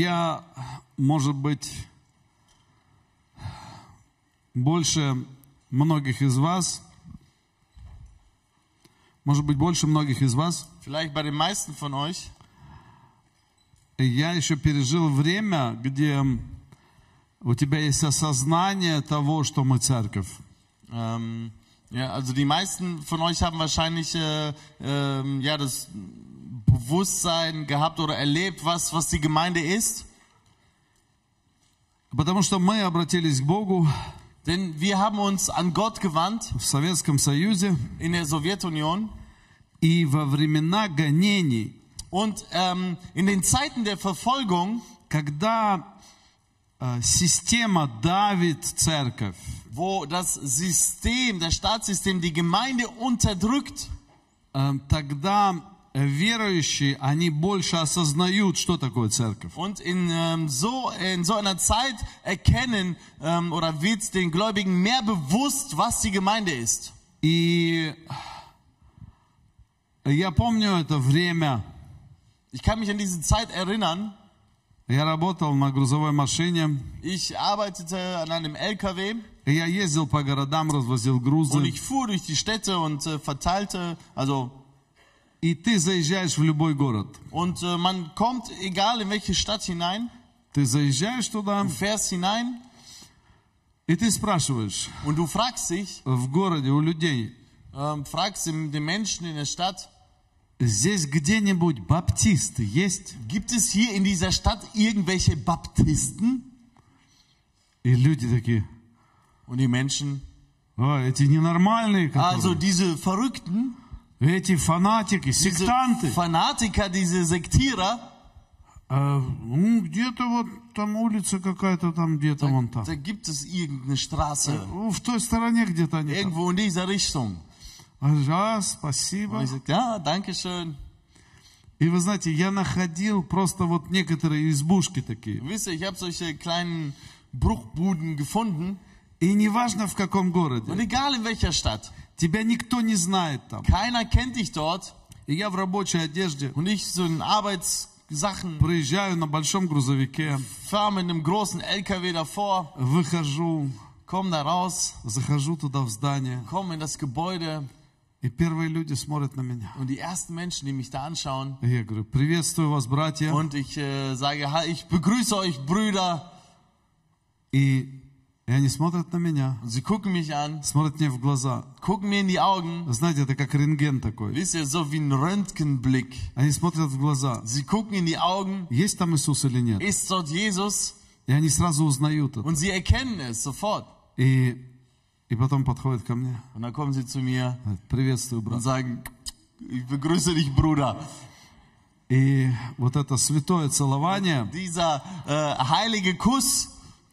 Я, может быть, больше многих из вас, может быть, больше многих из вас, Vielleicht bei den meisten von euch я еще пережил время, где у тебя есть осознание того, что мы церковь. Ähm, ja, also die meisten von euch haben wahrscheinlich äh, ähm, ja, das Bewusstsein gehabt oder erlebt, was, was die Gemeinde ist. Потому что мы обратились к Богу Denn wir haben uns an Gott gewandt в Советском Союзе in der Sowjetunion и во времена гонений, und ähm, in den Zeiten der Verfolgung, когда э, система давит церковь, wo das System, das Staatssystem die Gemeinde unterdrückt, э, тогда верующие, они больше осознают, что такое церковь. Und in, ähm, so, in so einer Zeit erkennen ähm, oder wird den Gläubigen mehr bewusst, was die Gemeinde ist. И я помню это время. Ich kann mich an diese Zeit erinnern. Я работал на грузовой машине, Ich arbeitete an einem LKW и я ездил по городам, развозил und грузы. ich fuhr durch die Städte und äh, verteilte, also И ты заезжаешь в любой город. und äh, man kommt egal in welche Stadt hinein, Ты заезжаешь туда, du fährst hinein и ты спрашиваешь und du fragst dich, в городе у людей, ähm, fragst den den Menschen in der Stadt, здесь где-нибудь баптисты есть? gibt es hier in dieser Stadt irgendwelche Baptisten? И люди такие, Und die Menschen, «О, эти ненормальные, которые, also diese Verrückten, эти фанатики, diese сектанты. Fanatiker, diese Sektierer, А, ну, где-то вот там улица какая-то, там где-то вон там. da gibt es irgendeine Straße, Ну, В той стороне где-то они. там. irgendwo in dieser Richtung. А, а, Und спасибо. ich sagte, ja, danke schön. И вы знаете, я находил просто вот некоторые избушки такие. Wisst ihr, ich habe solche kleinen Bruchbuden gefunden. И неважно в каком Und городе, egal in welcher Stadt, тебя никто не знает там. keiner kennt dich dort. И я в рабочей одежде Und ich so in Arbeitssachen, проезжаю на большом грузовике, fahr mit einem großen LKW davor, выхожу, komm da raus, захожу туда в здание, komm in das Gebäude. и первые люди смотрят на меня. Und die ersten Menschen, die mich da anschauen, И я говорю, приветствую вас, братья. und ich äh, sage, "Ha- ich begrüße euch, Brüder. И, и они смотрят на меня, Und sie gucken mich an, смотрят мне в глаза. gucken mir in die Augen. Знаете, это как рентген такой. Wisst ihr, so wie ein Röntgenblick. Они смотрят в глаза, Sie gucken in die Augen, есть там Иисус или нет. ist dort Jesus? И они сразу узнают это. Und sie erkennen es sofort. И, и потом подходят ко мне. Und dann kommen sie zu mir говорят, Приветствую, und брат. sagen, ich begrüße dich, Bruder. И вот это святое целование, Dieser äh, heilige Kuss,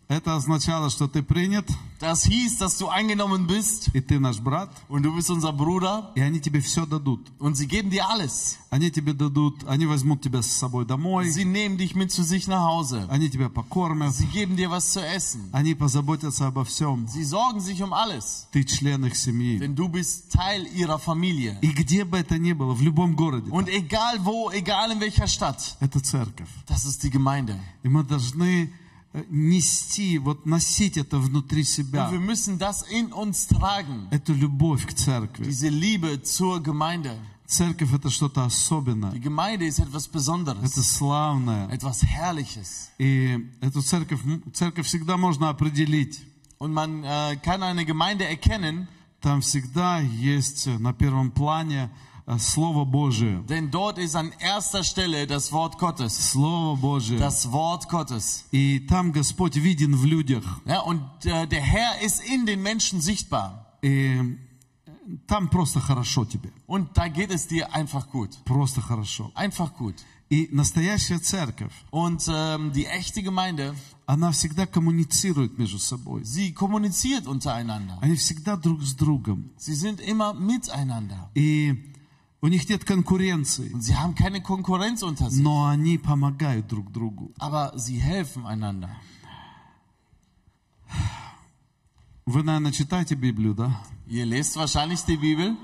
это означало, что ты принят, das hieß, dass du angenommen bist и ты наш брат, und du bist unser Bruder. и они тебе все дадут. Und sie geben dir alles. Они тебе дадут, они возьмут тебя с собой домой, Sie nehmen dich mit zu sich nach Hause. они тебя покормят, Sie geben dir was zu essen. они позаботятся обо всем. Sie sorgen sich um alles, Ты член их семьи. denn du бist Teil ihrer Familie. И где бы это ни было, в любом городе, Und egal wo, egal in welcher Stadt, это церковь. das ist die Gemeinde. И мы должны э, нести, вот носить это внутри Und себя, wir müssen das in uns tragen. эту любовь к церкви. Diese Liebe zur Gemeinde. Церковь это что-то Die особенное, Gemeinde ist etwas это Besonderes, славное. etwas Herrliches. И эту церковь, м, церковь всегда можно определить. Und man äh, kann eine Gemeinde erkennen, Там всегда есть э, на первом плане э, Слово Божие. denn dort ist an erster Stelle das Wort Gottes. Слово Божие. Das Wort Gottes. И там Господь виден в людях. Ja, und äh, der Herr ist in den Menschen sichtbar. И э, там просто хорошо тебе. Und da geht es dir einfach gut. Просто хорошо. Einfach gut. И настоящая церковь, Und ähm, die echte Gemeinde, она всегда коммуницирует между собой. sie kommuniziert untereinander. Они всегда друг с другом. Sie sind immer miteinander. И у них нет конкуренции, Und sie haben keine Konkurrenz unter sich, но они помогают друг другу. aber sie helfen einander. Вы, наверное, читаете Библию, да? Ihr lest wahrscheinlich die Bibel.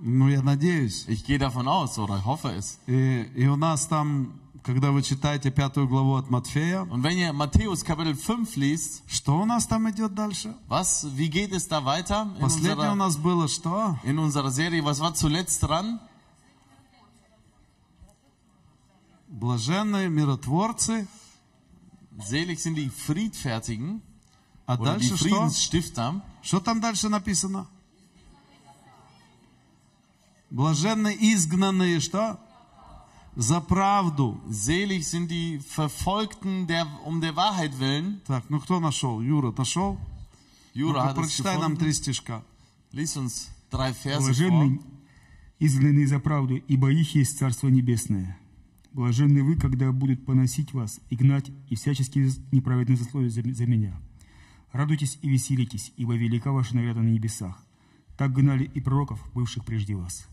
Ну, я надеюсь. Ich gehe davon aus oder hoffe es. И, и у нас там когда вы читаете пятую главу от Матфея, Und wenn ihr Matthäus Kapitel 5 liest, что у нас там идет дальше? was, wie geht es da weiter in Последнее у unserer, нас было что? in unserer Serie? Was war zuletzt dran? Блаженные миротворцы. Selig sind die Friedfertigen А oder die дальше что? Friedensstifter. Что там дальше написано? Блаженные изгнанные что? За правду. Selig sind die Verfolgten der, um der Wahrheit willen. Так, ну кто нашел? Юра нашел? Ну-ка, Jura hat es прочитай нам gefunden. три стишка. Lies uns drei Verse vor. Блаженны изгнанные за правду, ибо их есть Царство Небесное. Блаженны вы, когда будут поносить вас и гнать, и всяческие неправедные засловия за, за меня. Радуйтесь и веселитесь, ибо велика ваша награда на небесах. Так гнали и пророков, бывших прежде вас.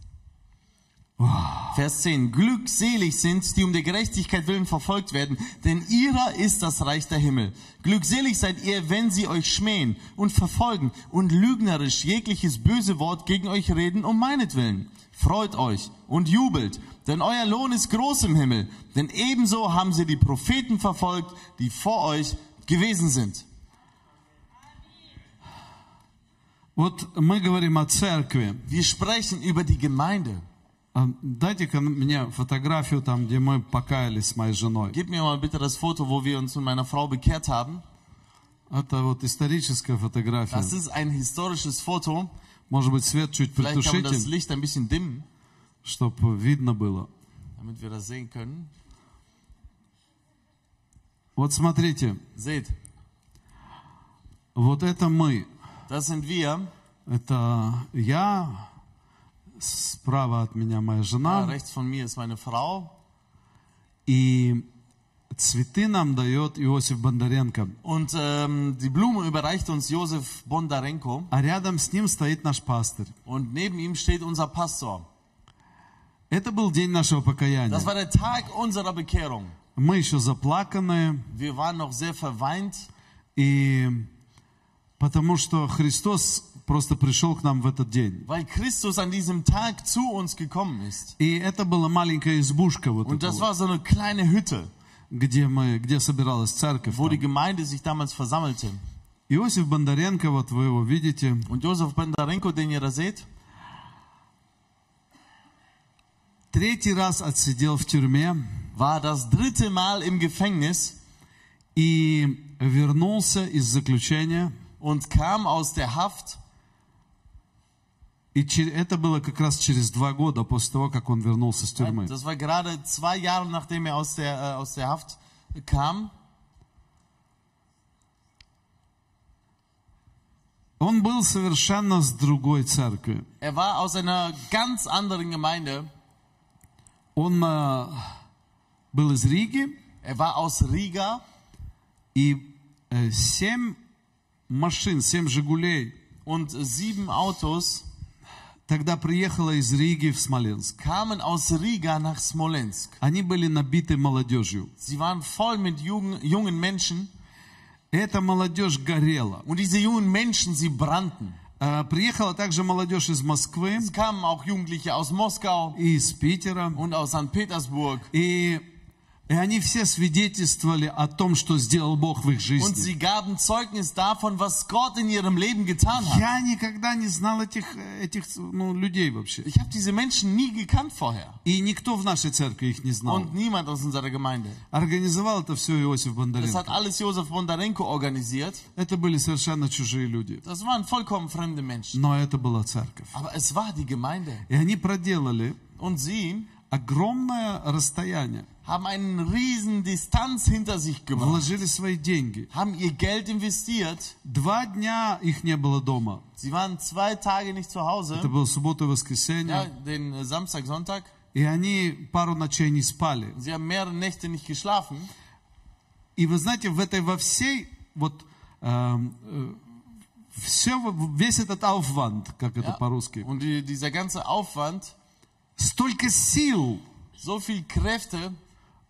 Vers 10. Glückselig sind, die um der Gerechtigkeit willen verfolgt werden, denn ihrer ist das Reich der Himmel. Glückselig seid ihr, wenn sie euch schmähen und verfolgen und lügnerisch jegliches böse Wort gegen euch reden um meinetwillen. Freut euch und jubelt, denn euer Lohn ist groß im Himmel, denn ebenso haben sie die Propheten verfolgt, die vor euch gewesen sind. Вот мы говорим о церкви. Wir sprechen über die Gemeinde. А Дайте-ка мне фотографию там, где мы покаялись с моей женой. Gib mir mal bitte das Foto, wo wir uns mit meiner Frau bekehrt haben. Это вот историческая фотография. Das ist ein historisches Foto. Может быть, свет чуть Vielleicht kann man das притушите, Licht ein bisschen dimmen, чтобы видно было. damit wir das sehen können. Вот смотрите, Seht, вот это мы. das sind wir. Это я, справа от меня моя Da жена. Ah, rechts von mir ist meine Frau. И цветы нам дает Иосиф Бондаренко. Und ähm, die Blume überreicht uns Josef Bondarenko. А рядом с ним стоит наш пастырь. Und neben ihm steht unser Pastor. Это был день нашего покаяния. Das war der Tag unserer Bekehrung. Мы еще заплаканные. Wir waren noch sehr verweint, И потому что Христос просто пришел к нам в этот день. weil Christus an diesem Tag zu uns gekommen ist. И это была маленькая избушка, вот Und эта das вот, war so eine kleine Hütte, где, мы, где собиралась церковь. wo die там. Gemeinde sich damals versammelte. Иосиф Бондаренко, вот вы его видите, Und Josef Bondarenko, den ihr da seht, третий раз отсидел в тюрьме war das dritte Mal im Gefängnis. и вернулся из заключения. und kam aus der Haft. И че- это было как раз через два гоda после того, как он вернулся с тюрьмы. Das war gerade zwei Jahre nachdem er aus der, äh, aus der Haft kam. Он был совершенно с другой церкви. Er war aus einer ganz anderen Gemeinde. Он э, был из Риги, Er war aus Riga и э, семь машин, семь «Жигулей» und sieben Autos тогда приехало из Риги в Смоленск. kamen aus Riga nach Smolensk. Они были набиты молодежью. Sie waren voll mit jungen, jungen Menschen Эта молодежь горела. und diese jungen Menschen, sie brannten. Э, Приехала также молодежь из Москвы Es kamen auch Jugendliche aus Moskau и из Питера. und aus St. Petersburg И, и они все свидетельствовали о том, что сделал Бог в их und жизни. sie gaben Zeugnis davon, was Gott in ihrem Leben getan hat. Я никогда не знал этих, э, этих ну, людей вообще. Ich habe diese Menschen nie gekannt vorher. И никто в нашей церкви их не знал. Und niemand aus unserer Gemeinde. Организовал это все Иосиф Das hat Бондаренко. alles Josef Bondarenko organisiert. Это были soвершенно чужие люди. Das waren vollkommen fremde Menschen. Но это была церковь. Aber es war die Gemeinde. И они проделали Und sie огромное расстояние. haben einen riesen Distanz hinter sich gebracht, Вложили свои деньги. haben ihr Geld investiert. Два дня их не было дома. Sie waren zwei Tage nicht zu Это Hause. было суббота и Ja, воскресенье. den äh, Samstag, Sonntag. И они пару ночей не спали. Sie haben mehrere Nächte nicht geschlafen. И вы знаете, в этой во всей, вот, все, весь этот aufwand, как это Ja. по-русски, Und die, dieser ganze Aufwand, столько сил so viel Kräfte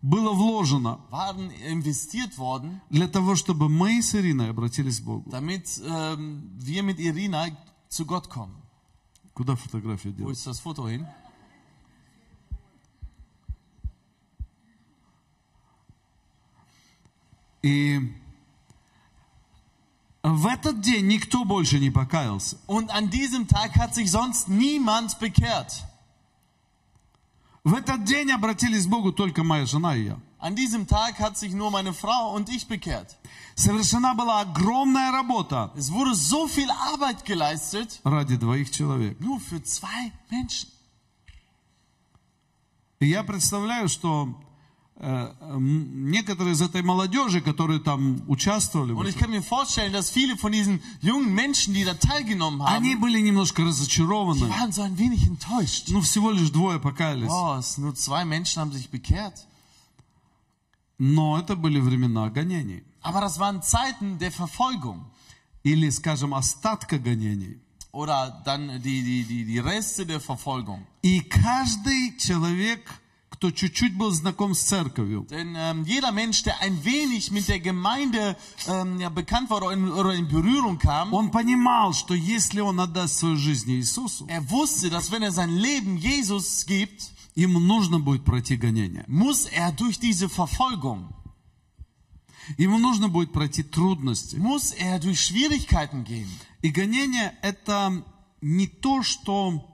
было вложено waren investiert worden, для того, чтобы мы с Ириной обратились к Богу. damit ähm, wir mit Irina zu Gott kommen. Куда фотографию Wo делать? ist das Foto hin? И в этот день никто больше не покаялся. Und an diesem Tag hat sich sonst niemand bekehrt. В этот день обратились к Богу только моя жена и я. An diesem Tag hat sich nur meine Frau und ich bekehrt. Совершена была огромная работа Es wurde so viel Arbeit geleistet, ради двоих человек. nur für zwei Menschen. И я представляю, что э, м, некоторые из этой молодежи, которые там участвовали, в Und ich этом, kann mir vorstellen, dass viele von diesen jungen Menschen, die da teilgenommen они haben, были немножко die разочарованы. waren so ein wenig enttäuscht. Ну, всего лишь двое покаялись. Oh, es nur zwei Menschen haben sich bekehrt. Но это были времена гонений. Aber das waren Zeiten der Verfolgung. Или, скажем, остатка гонений. Oder dann die, die, die, die Reste der Verfolgung. И каждый человек, кто чуть-чуть был знаком с церковью, Denn ähm, jeder Mensch, der ein wenig mit der Gemeinde ähm, ja, bekannt war oder in, oder in Berührung kam, он понимал, что если он отдаст свою жизнь Иисусу, er wusste, dass wenn er sein Leben Jesus gibt, им нужно будет пройти гонение. muss er durch diese Verfolgung, Ему нужно будет пройти трудности. muss er durch Schwierigkeiten gehen. И гонение – это не то, что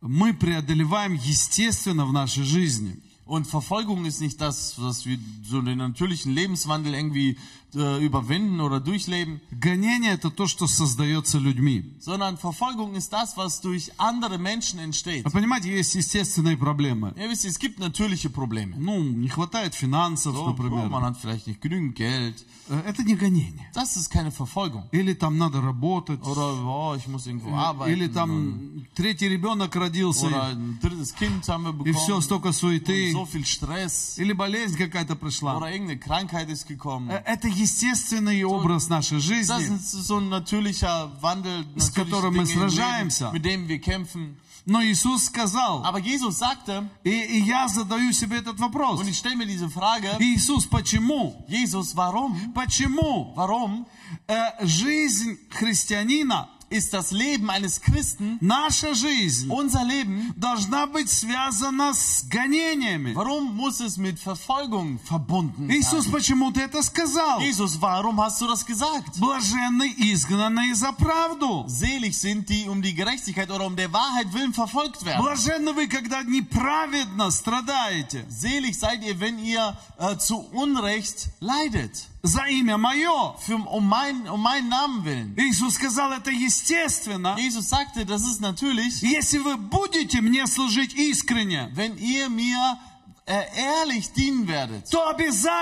мы преодолеваем естественно в нашей жизни. Und Verfolgung ist nicht das, was wir so den natürlichen Lebenswandel irgendwie äh, überwinden oder durchleben, Гонение – это то, что создается людьми. sondern Verfolgung ist das, was durch andere Menschen entsteht. Вы А понимаете, есть естественные проблемы. Ihr wisst, es gibt natürliche Probleme. Ну, не хватает финансов, So, oh, man например. hat vielleicht nicht genügend Geld. Э, Это не гонение. Das ist keine Verfolgung. Или там надо работать. Oder oh, ich muss irgendwo arbeiten. Или там третий ребенок oder родился, ein drittes Kind haben wir и, bekommen. все, столько und суеты. so viel Stress. Или болезнь какая-то пришла. Oder irgendeine Krankheit ist gekommen. Э, Это естественный образ нашей Das жизни. ist so ein natürlicher Wandel, С natürliche которым мы Dinge im Leben, сражаемся. mit dem wir kämpfen. Но Иисус сказал, Aber Jesus sagte, и, и я задаю себе этот вопрос. und ich stelle mir diese Frage, Иисус, почему? Jesus, warum? Почему Warum э, жизнь христианина, ist das Leben eines Christen, наша жизнь, unser Leben, должна быть связана с гонениями? warum muss es mit Verfolgung verbunden Иисус, sein? почему ты это сказал? Jesus, warum hast du das gesagt? Блаженны изгнанные за правду. Selig sind die um die Gerechtigkeit oder um der Wahrheit willen verfolgt werden. Блаженны вы, когда неправедно страдаете Selig seid ihr, wenn ihr äh, zu Unrecht leidet. за имя Мое. Für, um, mein, um meinen Namen willen. Иисус сказал, это естественно. Jesus sagte, das ist natürlich, Если вы будете мне служить искренне, wenn ihr mir äh, ehrlich dienen werdet, то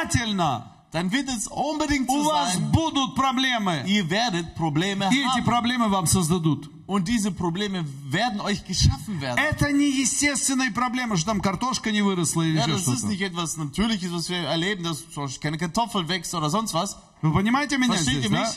обязательно dann wird es unbedingt у so вас sein, будут проблемы. ihr werdet Probleme И эти haben. проблемы вам создадут. Und diese Probleme werden euch geschaffen werden. Это не естественные проблемы, что там картошка не выросла или Ja, еще das ist что-то. nicht etwas Natürliches, was wir erleben, dass zum Beispiel keine Kartoffel wächst oder sonst was. Вы понимаете меня Простите здесь, да? mich.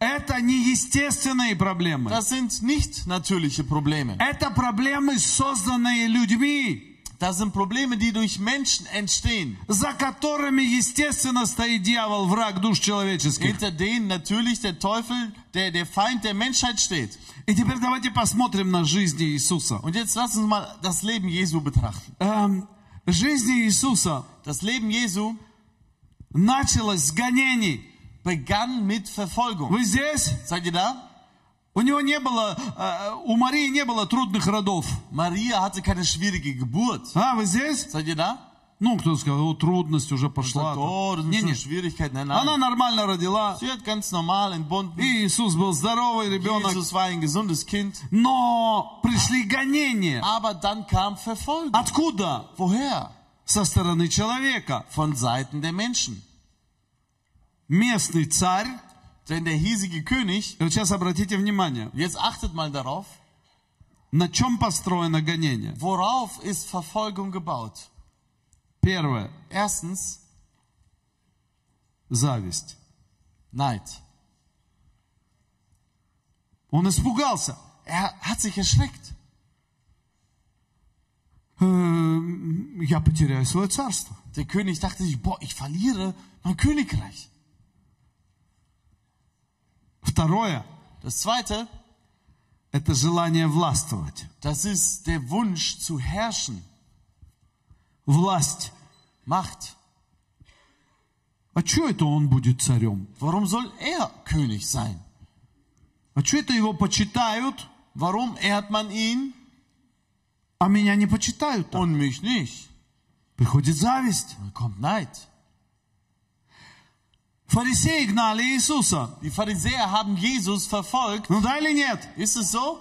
Это не естественные проблемы. Das sind nicht natürliche Probleme. Это проблемы, созданные людьми, Das sind Probleme, die durch Menschen entstehen, за которыми, естественно, стоит дьявол, враг душ человеческих. hinter denen natürlich der Teufel, der, der Feind der Menschheit steht. И теперь давайте посмотрим на жизнь Иисуса. Und jetzt lass uns mal das Leben Jesu betrachten. Эм, жизнь Иисуса Das Leben Jesu началось с гонений. begann mit Verfolgung. Вы здесь? Seid ihr da? У него не было, э, у Марии не было трудных родов. Maria hatte keine schwierige Geburt. А, вы здесь? Seid ihr da? Ну, кто сказал, «О, трудность уже пошла. Sagt, oh, das sind Не, schon не. Schwierigkeiten. Nein, Она nein. нормально родила. Sie hat ganz normal entbunden. И Иисус был здоровый ребенок. Jesus war ein gesundes Kind. Но пришли гонения. Aber dann kam Verfolgung. Откуда? Woher? Со стороны человека. Von Seiten der Menschen. Местный царь. Denn der hiesige König, И вот сейчас обратите внимание, jetzt achtet mal darauf, на чем построено гонение. worauf ist Verfolgung gebaut? Первое. Erstens Зависть. Neid. Он испугался. Er hat sich erschreckt. «Эм, Я потеряю свое царство. Der König dachte sich, boah, ich verliere mein Königreich. Второе Das zweite, – это желание властвовать. das ist der Wunsch zu herrschen. Власть Macht. А что это он будет царем? Warum soll er König sein? А что это его почитают, Warum ehrt man ihn а меня не почитают? und mich nicht? Приходит зависть. Dann kommt Neid. Фарисеи гнали Иисуса. Die Pharisäer haben Jesus verfolgt. Ну да или нет? Ist es so?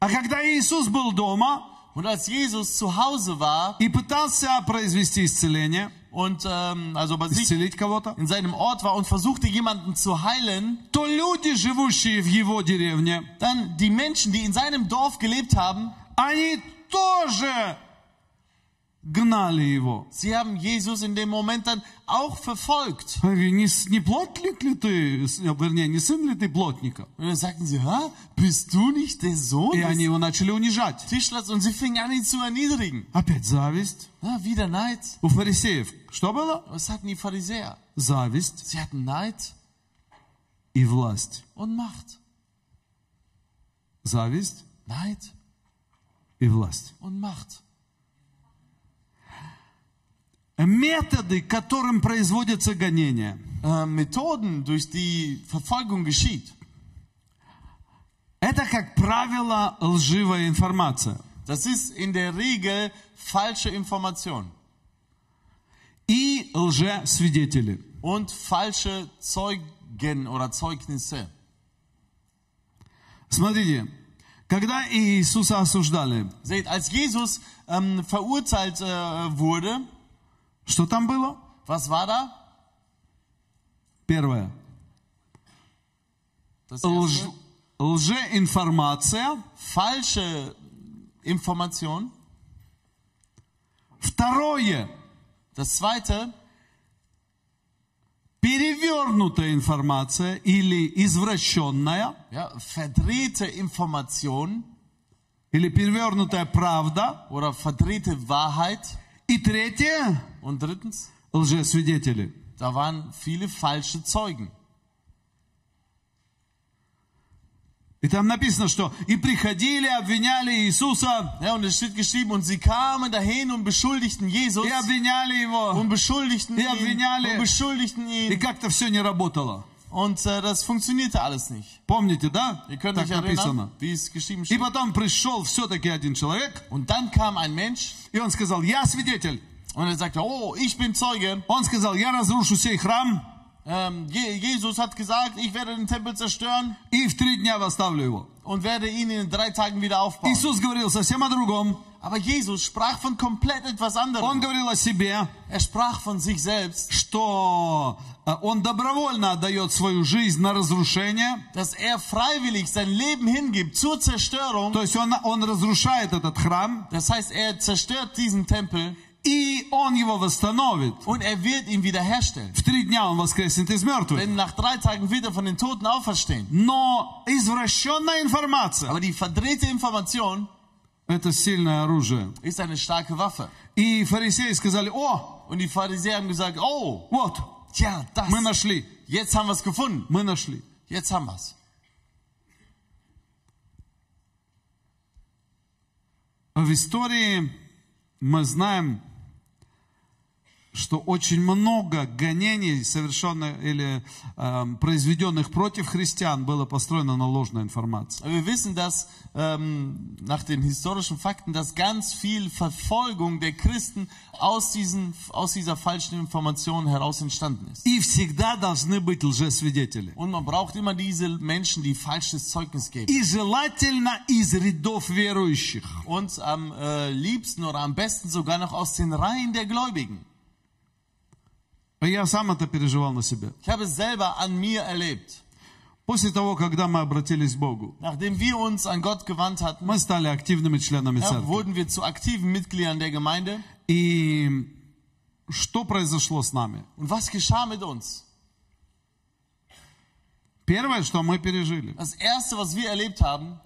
А когда Иисус был дома Und als Jesus zu Hause war и пытался произвести исцеление, und ähm, also bei sich исцелить кого-то, in seinem Ort war und versuchte jemanden zu heilen, то люди, живущие в его деревне, dann die Menschen, die in seinem Dorf gelebt haben, они тоже гнали его. sie haben Jesus in dem Moment dann auch verfolgt. Они говорят, Не, с- не плотник ли ты, с- вернее, не сын ли ты плотника? Und dann sagten sie, Hä? bist du nicht der Sohn И они des его начали унижать. Tischlers? Und sie fingen an, ihn zu erniedrigen. Опять зависть. Ja, wieder Neid. У фарисеев что было? Was hatten die Pharisäer? Зависть Sie hatten Neid и власть. und Macht. Зависть Neid и власть. und Macht. Методы, которым производятся гонения, Äh, Methoden, durch die Verfolgung geschieht. это, как правило, лживая информация. Das ist in der Regel falsche Information И лжесвидетели. und falsche Zeugen oder Zeugnisse. Смотрите, когда Иисуса осуждали, Seht, als Jesus ähm, verurteilt äh, wurde, что там было? was war da? Первое. Das Лж... erste? Лжеинформация. falsche Information. Второе. Das zweite, Перевернутая информация или извращенная, ja, verdrehte Information или перевернутая правда. oder verdrehte Wahrheit. И третье. Und drittens, Лжесвидетели. da waren viele falsche Zeugen. И там написано, что и приходили, обвиняли Иисуса, Ja, und es steht geschrieben, und sie kamen dahin und beschuldigten Jesus и обвиняли его, und beschuldigten Ja, ihn обвиняли. und beschuldigten и ihn. как-то все не работало. Und äh, das funktionierte alles nicht. Помните, да? Ihr könnt Так euch erinnern, написано. wie es geschrieben И steht. потом пришел все-таки один человек, Und dann kam ein Mensch и он сказал, я свидетель. und er sagte, oh, ich bin Zeuge. Он сказал, я разрушу сей храм, Ähm, Je Jesus hat gesagt, ich werde den Tempel zerstören и в три дня восставлю его. und werde ihn in drei Tagen wieder aufbauen. Иисус говорил совсем о другом. Aber Jesus sprach von komplett etwas Он anderem. говорил о себе, Er sprach von sich selbst, что э, он добровольно отдает свою жизнь на разрушение. dass er freiwillig sein Leben hingibt zur Zerstörung. То есть он, он разрушает этот храм, Das heißt, er zerstört diesen Tempel и он его восстановит. und er wird ihn wiederherstellen. В три дня он воскреснет из мертвых. Denn nach drei Tagen wird er von den Toten auferstehen. Но извращенная информация Aber die verdrehte Information – это сильное оружие. ist eine starke Waffe. И фарисеи сказали, о, Und die Pharisäer haben gesagt, oh, вот, tja, das, мы нашли, jetzt haben wir es gefunden. мы нашли. Jetzt haben wir es. В истории мы знаем, что очень много гонений, совершенных или эм, произведенных против христиан, было построено на ложной информации. Aber wir wissen, dass ähm, nach den historischen Fakten, dass ganz viel Verfolgung der Christen aus, diesen, aus dieser falschen Information heraus entstanden ist. И всегда должны быть лжесвидетели. Und man braucht immer diese Menschen, die falsches Zeugnis geben. И желательно из рядов верующих. Und am äh, liebsten oder am besten sogar noch aus den Reihen der Gläubigen. Я сам это переживал на себе. Ich habe es selber an mir erlebt. После того, когда мы обратились к Богу, Nachdem wir uns an Gott gewandt hatten, мы стали активными членами ja, церкви. wurden wir zu aktiven Mitgliedern der Gemeinde. И что произошло с нами? Und was geschah mit uns? Первое, что мы пережили, Das Erste, was wir erlebt haben,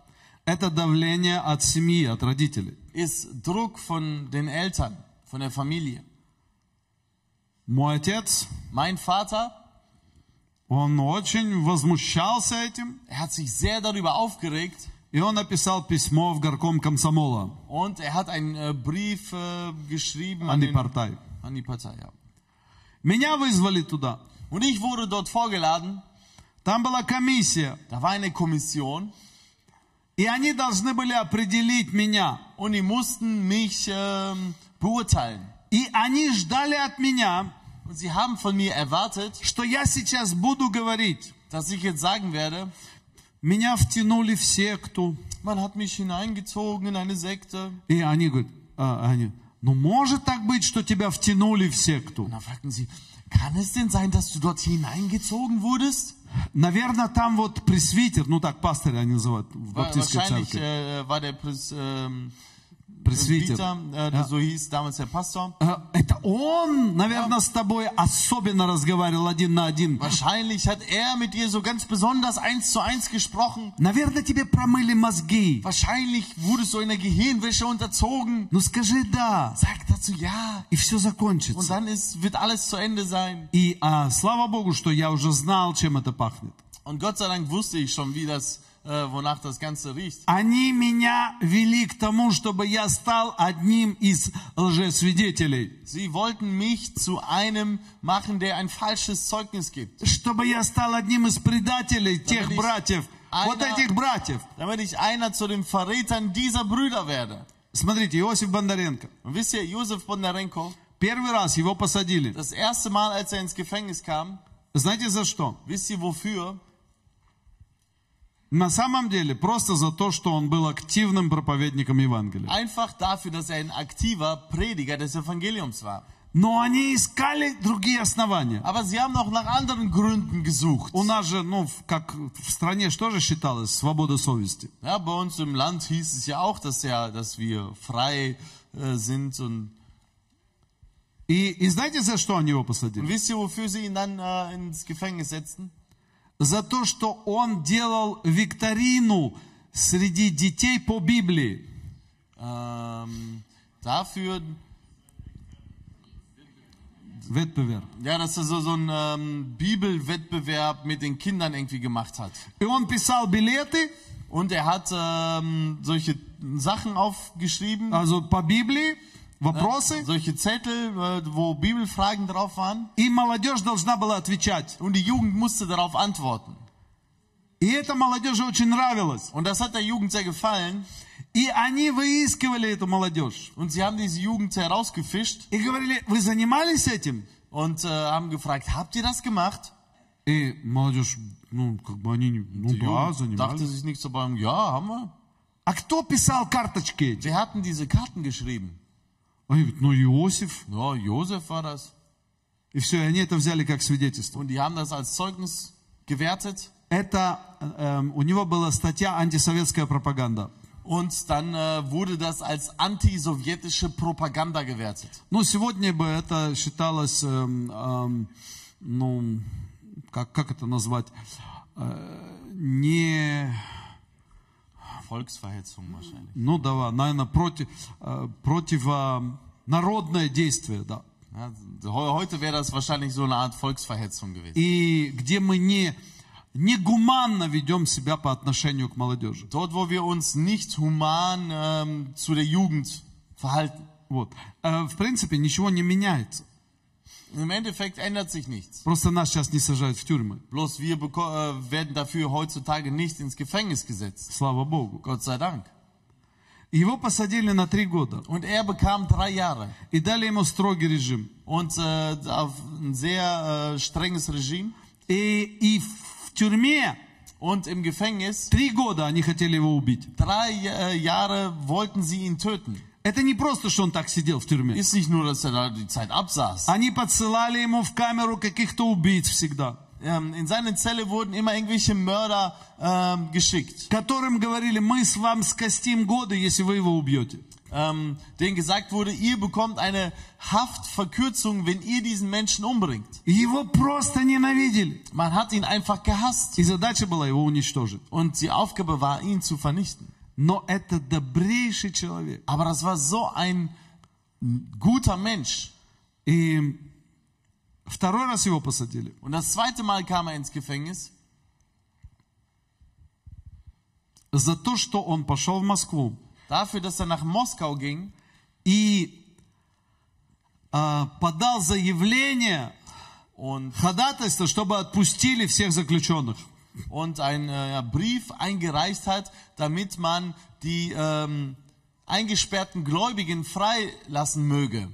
это давление от семьи, от родителей. ist Druck von den Eltern, von der Familie. Мой отец, Mein Vater, он очень возмущался этим, er hat sich sehr darüber aufgeregt и он написал письмо в горком комсомола und er hat einen äh, Brief äh, geschrieben о an den, Непартай. an die Partei ab. Меня вызвали туда. Und ich wurde dort vorgeladen. Там была комиссия. Da war eine Kommission И они должны были определить меня. und die mussten mich ähm, beurteilen. И они ждали от меня, Und sie haben von mir erwartet, что я сейчас буду говорить. dass ich jetzt sagen werde, Меня втянули в секту. man hat mich hineingezogen in eine Sekte. И они говорят, а, они, ну может так быть, что тебя vtянули в секту. Und dann fragten sie, kann es denn sein, dass du dort hineingezogen wurdest? Наверное, там вот пресвитер, ну так пастырь они называют в Wa- баптистской Wahrscheinlich церкви. äh, war der Pres, ähm, Пресвитер. Presbyter, äh, Ja. so hieß damals der Pastor. Э, Это он, наверное, с тобой особенно разговаривал один на один. Wahrscheinlich hat er mit dir so ganz besonders eins zu eins gesprochen. Наверное, тебе промыли мозги. Wahrscheinlich wurdest du einer Gehirnwäsche unterzogen. Ну скажи да, Sag dazu ja. и все Und закончится. dann ist, wird alles zu Ende sein. И а, слава Богу, что я уже знал, чем это пахнет. Und Gott sei Dank wusste ich schon, wie das, äh, wonach das Ganze riecht. Они меня вели к тому, чтобы я стал одним из лжесвидетелей. Sie wollten mich zu einem machen, der ein falsches Zeugnis gibt. Чтобы я стал одним из предателей тех Смотрите, братьев. она- Вот этих братьев. damit ich einer zu den Verrätern dieser Brüder werde. Смотрите, Иосиф Бондаренко. Und wisst ihr, Josef Bondarenko, Первый раз его посадили. das erste Mal, als er ins Gefängnis kam, Знаете за что? wisst ihr wofür? На самом деле, просто за то, что он был активным проповедником Евангелия. Einfach dafür, dass er ein aktiver Prediger des Evangeliums war. Но они искали другие основания. Aber sie haben auch nach anderen Gründen gesucht. У нас же, ну, в- как в стране, что же считалось? Свобода совести. Ja, bei uns im Land hieß es ja auch, dass, ja, dass wir frei äh, sind. Und, И, и знаете, за что они его und посадили? wisst ihr, wofür sie ihn dann äh, ins Gefängnis setzten? За то, что он делал викторину среди детей по Библии. Ähm, dafür, Ветпувер. ja, dass er so, so einen ähm, Bibelwettbewerb mit den Kindern irgendwie gemacht hat. И он писал билеты Und er hat ähm, solche Sachen aufgeschrieben, also, а, по Библии, вопросы, solche Zettel, äh, wo Bibelfragen drauf waren. и молодежь должна была отвечать. Und die Jugend musste darauf antworten. И это молодежи очень нравилось. Und das hat der Jugend sehr gefallen. И они выискивали эту молодежь. Und sie haben diese Jugend herausgefischt И говорили, вы занимались этим? und äh, haben gefragt, habt ihr das gemacht? И молодежь, ну, как бы они, не- ну Die да, Jugend dachte занимались. sich nichts dabei. Ja, haben wir. А кто писал карточки эти? Wir hatten diese Karten geschrieben. Они говорят, ну, Иосиф. Ja, Josef war das. И все, и они это взяли как свидетельство. Und die haben das als Zeugnis gewertet. Это, э, эм, у него была статья «Антисоветская пропаганда». Und dann äh, wurde das als antisowjetische Propaganda gewertet. Ну, сегодня бы это считалось, эм, эм, ну, как, как это назвать, Э, не, Volksverhetzung wahrscheinlich. ну, давай, наверное, против, э, противонародное действие, да. Ja, heu- heute wäre das wahrscheinlich so eine Art Volksverhetzung gewesen. И где мы не, не гуманно ведем себя по отношению к молодежи. Dort, wo wir uns nicht human ähm, zu der Jugend verhalten. Вот. Э, В принципе, ничего не меняется. Im Endeffekt ändert sich nichts. Просто нас сейчас не сажают в тюрьмы. Bloß wir beko- äh, werden dafür heutzutage nicht ins Gefängnis gesetzt. Слава Богу. Gott sei Dank. Его посадили на три года Und er bekam drei Jahre и дали ему строгий режим. und äh, auf ein sehr äh, strenges Regime. И, и в тюрьме Und im Gefängnis, три года они хотели его убить. drei äh, Jahre wollten sie ihn töten. Это не просто, что он так сидел в тюрьме. Ist nicht nur, dass er da die Zeit absaß. Они подсылали ему в камеру каких-то убийц всегда, ähm, in seine Zelle wurden immer irgendwelche Mörder ähm, geschickt. которым говорили, мы с вам скостим годы, если вы его убьете. Ähm, denen gesagt wurde, ihr bekommt eine Haftverkürzung, wenn ihr diesen Menschen umbringt. И Его просто ненавидели. Man hat ihn einfach gehasst. И задача была его уничтожить. Und die Aufgabe war, ihn zu vernichten. Но это добрейший человек. Aber das war so ein guter Mensch. И второй раз его посадили. Und das zweite Mal kam er ins Gefängnis, За то, что он пошел в Москву. dafür, dass er nach Moskau ging И а, подал заявление, und, ходатайство, чтобы отпустили всех заключенных. und einen äh, Brief eingereicht hat, damit man die ähm, eingesperrten Gläubigen freilassen möge.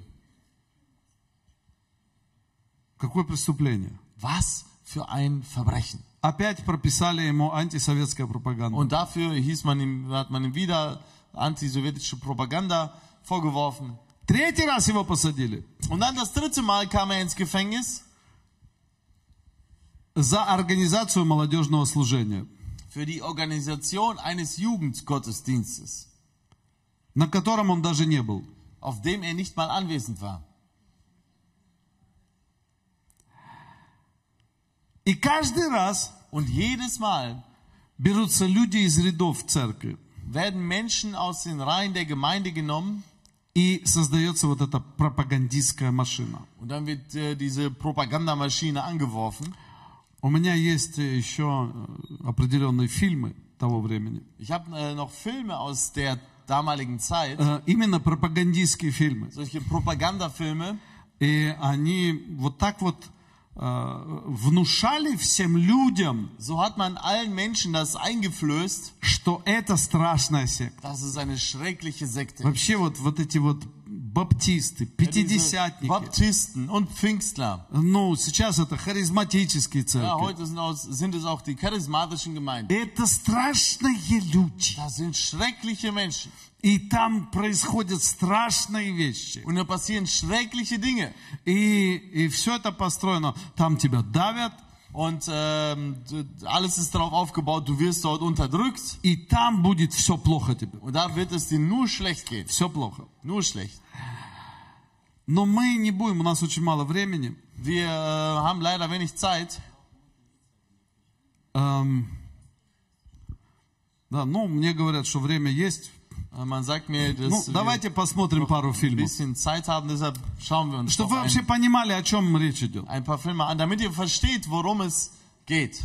Какое преступление? Was für ein Verbrechen. Опять прописали ему антисоветская пропаганда. Und dafür hieß man ihm, hat man ihm wieder antisowjetische Propaganda vorgeworfen. Третий раз его посадили Und dann das dritte Mal kam er ins Gefängnis за организацию молодежного служения, für die Organisation eines Jugendgottesdienstes, на котором он даже не был. auf dem er nicht mal anwesend war. И каждый раз Und jedes Mal берутся люди из рядов церкви. werden Menschen aus den Reihen der Gemeinde genommen И создается вот эта пропагандистская машина. und dann wird äh, diese Propagandamaschine angeworfen. У меня есть э, еще э, определенные фильмы того времени. Ich habe äh, noch Filme aus der damaligen Zeit, Э, Именно пропагандистские фильмы. solche Propagandafilme, И они вот так вот э, внушали всем людям, so hat man allen Menschen das eingeflößt, что это страшная секта. das ist eine schreckliche Sekte. Вообще вот, вот эти вот баптисты, Diese пятидесятники. Baptisten und Pfingstler. Ну, сейчас это харизматические Ja, церкви. heute sind, aus, sind es auch die charismatischen Gemeinden. Это страшные люди. Das sind schreckliche Menschen. И там происходят страшные вещи. Und da passieren schreckliche Dinge. И, и все это построено. Там тебя давят, Und ähm, d- alles ist darauf aufgebaut, du wirst dort unterdrückt. и там будет все плохо тебе. Und da wird es dir nur schlecht gehen. Все плохо. Nur schlecht. Но мы не будем, у нас очень мало времени. Wir äh, haben leider wenig Zeit. Эм, да, ну, мне говорят, что время есть. Äh, man sagt mir, Ну, dass wir давайте посмотрим пару ein фильмов. bisschen Zeit haben, deshalb schauen wir uns Чтобы noch вы вообще ein, понимали, о чем речь идет. ein paar Filme an, damit ihr versteht, worum es geht.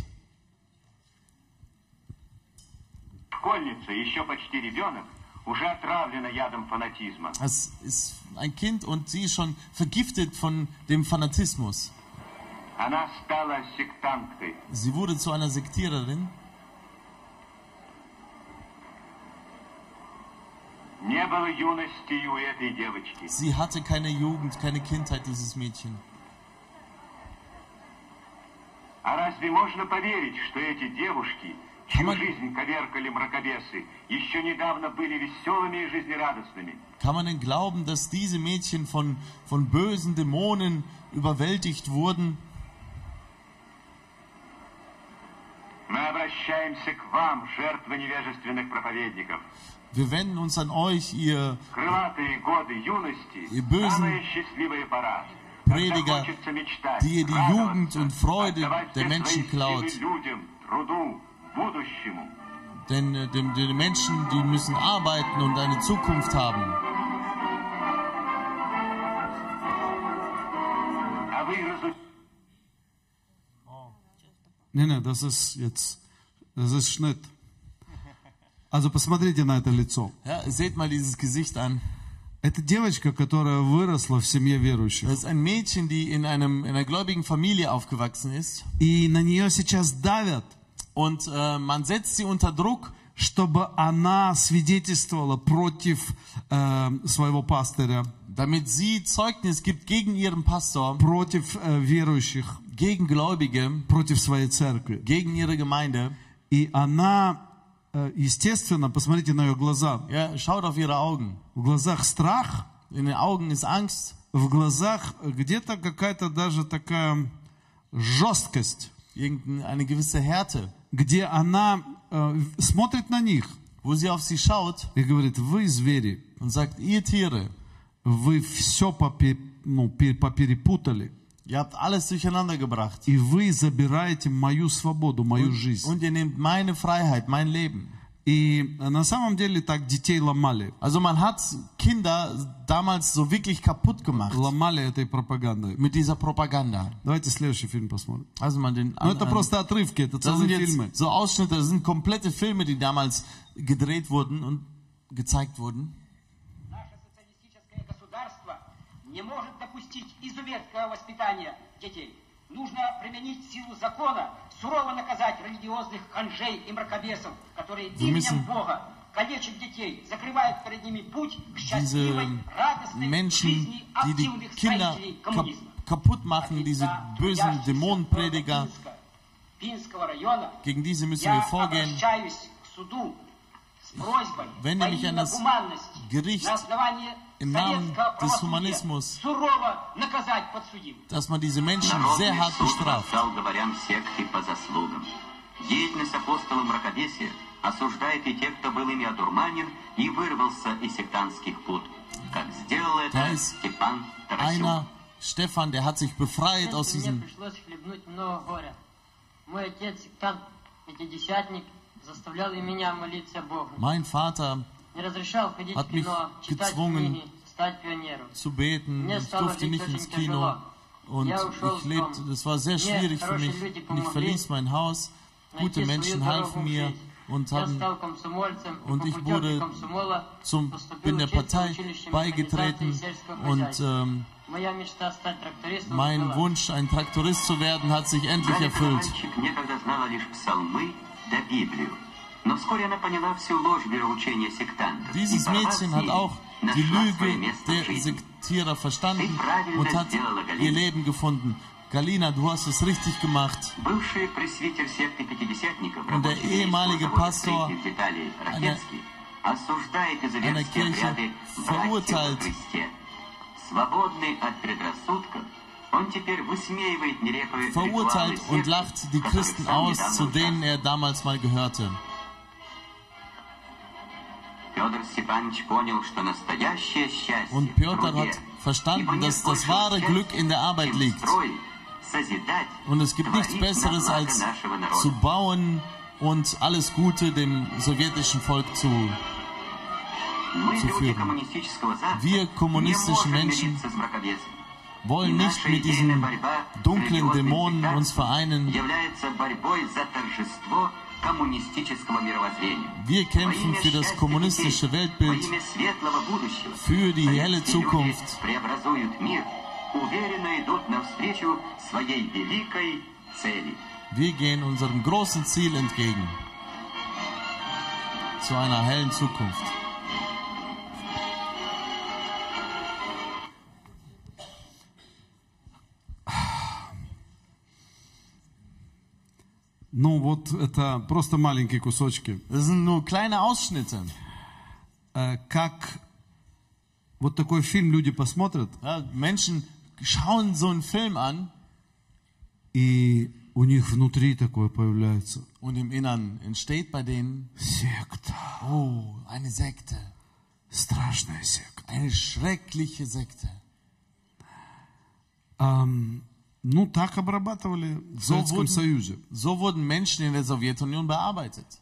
Школьница, еще почти ребенок, уже отравлена ядом фанатизма. Es ist ein Kind und sie ist schon vergiftet von dem Fanatismus. Она стала сектанткой. Sie wurde zu einer Sektiererin. Не было юности и у этой девочки. Sie hatte keine Jugend, keine Kindheit, dieses Mädchen. А разве можно поверить, что эти девушки, чью Коман- жизнь коверкали мракобесы, еще недавно были веселыми и жизнерадостными? Kann man denn glauben, dass diese Mädchen von, von bösen Dämonen überwältigt wurden? Мы обращаемся к вам, жертвы невежественных проповедников. Wir wenden uns an euch, ihr Крылатые годы юности И бызнь. самая счастливая пора. Когда Prediger, хочется мечтать, die die радоваться, Jugend und Freude отдавать der все свои Menschen силы klaut. людям, труду, будущему. denn äh, dem, den Menschen, die müssen arbeiten und eine Zukunft haben. А вы разу- Не, не, das ist jetzt, das ist Schnitt. Also посмотрите на это лицо. Ja, seht mal dieses Gesicht an. Это девочка, которая выросла в семье верующих. Das ist ein Mädchen, die in, einem, in einer gläubigen Familie aufgewachsen ist. И на нее сейчас давят, Und äh, man setzt sie unter Druck, чтобы она свидетельствовала против э, своего пастыря, damit sie Zeugnis gibt gegen ihren Pastor, против э, верующих, gegen Gläubige, против своей церкви. gegen ihre Gemeinde. И она, э, естественно, посмотрите на ее глаза. Ja, schaut auf ihre Augen. В глазах страх, In den Augen ist Angst, в глазах где-то какая-то даже такая жесткость, irgendeine gewisse Härte, где она э, смотрит на них wo sie auf sie schaut и говорит, вы звери, und sagt, ihr Tiere, вы все попе, ну, пе- поперепутали, ihr habt alles durcheinander gebracht и вы забираете мою свободу, мою жизнь. und ihr nehmt meine Freiheit, mein Leben. И э, на самом деле так детей ломали. Also man hat Kinder damals so wirklich kaputt gemacht Ломали этой пропагандой. mit dieser Propaganda. Давайте следующий фильм посмотрим. Also man den Но это anderen- просто отрывки, это das sind целые фильмы. jetzt so Ausschnitte, das sind komplette Filme, die damals gedreht wurden und gezeigt wurden. Наше социалистическое государство не может допустить изуверского воспитания детей. Нужно применить силу закона, сурово наказать религиозных ханжей и мракобесов, которые именем müssen- Бога калечат детей, закрывают перед ними путь к счастливой, радостной Menschen, жизни die die активных Kinder строителей kap коммунизма. kaputt machen, diese bösen Dämonenprediger, Пинского района gegen diese müssen я wir vorgehen. обращаюсь к суду с просьбой Wenn во nämlich имя an das гуманности Gericht на основании im Namen советского des правосудия Humanismus сурово наказать подсудимых. dass man diese Menschen sehr Народный hart суд bestraft. воздал дворян секты по заслугам. Деятельность апостола мракобесия осуждает и тех, кто был ими одурманен и вырвался из сектантских пут, как сделал Da это ist Степан Тарасюк. Einer, Stefan, der hat sich befreit Знаете, aus Мне diesem... пришлось хлебнуть много горя. Мой отец, сектант, пятидесятник, заставлял и меня молиться Богу. Mein Vater Не разрешал ходить Hat в кино, mich читать gezwungen, книги, стать пионером. zu beten, ich durfte nicht ins Kino und ich lebte, das war sehr schwierig für mich und ich verließ mein Haus, gute Найти Menschen свою дорогу halfen в mir жизнь. und Я haben стал комсомольцем und по ich путёвке wurde комсомола zum, поступил bin der учиться в Partei училище механизации и beigetreten сельского und хозяйства. ähm, Моя мечта стать трактористом mein была. Wunsch, ein Traktorist zu werden, hat sich endlich Гарри erfüllt. Ковальчик некогда знала лишь псалмы да Библию. Но вскоре она поняла всю ложь вероучения сектантов. и, Dieses порвав с Mädchen hat ними, auch die нашла свое Lüge место в der жизни. Sektierer verstanden und hat ihr Leben gefunden. Galina, du hast es richtig gemacht. Бывший пресвитер секты пятидесятников, Und der рабочий ehemalige сельского завода Pastor средних деталей Ракетский, осуждает изуверские Kirche обряды братьев во verurteilt. Христе. Свободный от предрассудков, он теперь высмеивает нелепые ритуалы verurteilt und секты, lacht die в которых Christen сам aus, недавно zu denen участвовал. er damals mal gehörte. Петр Степанович понял, что настоящее счастье er Und в Piotr труде, hat verstanden, ибо нет dass das большего wahre счастья, Glück in der Arbeit чем liegt. строить, созидать, Und es gibt nichts творить на Besseres благо als нашего народа. zu bauen und alles Gute dem sowjetischen Volk zu. Мы, zu люди führen. коммунистического Запада, Wir kommunistischen не можем Menschen мириться с мракобесом. Wollen nicht mit diesen dunklen Dämonen uns vereinen. является борьбой за торжество коммунистического мировоззрения. Wir Во kämpfen имя für das счастья kommunistische детей, во Weltbild, имя светлого будущего, für die helle советские люди Zukunft. преобразуют мир, уверенно идут навстречу своей великой цели. Wir gehen unserem großen Ziel entgegen. Zu einer hellen Zukunft. Ну вот это просто маленькие кусочки. Das sind nur kleine Ausschnitte. Э, Как вот такой фильм люди посмотрят, Ja, Menschen schauen so einen Film an и у них внутри такое появляется. und im Innern entsteht bei denen, Секта. oh, eine Sekte, Страшная секта. eine schreckliche Sekte. Ам, ну, так обрабатывали в Советском Заводный. Союзе. So wurden Menschen in der Sowjetunion bearbeitet.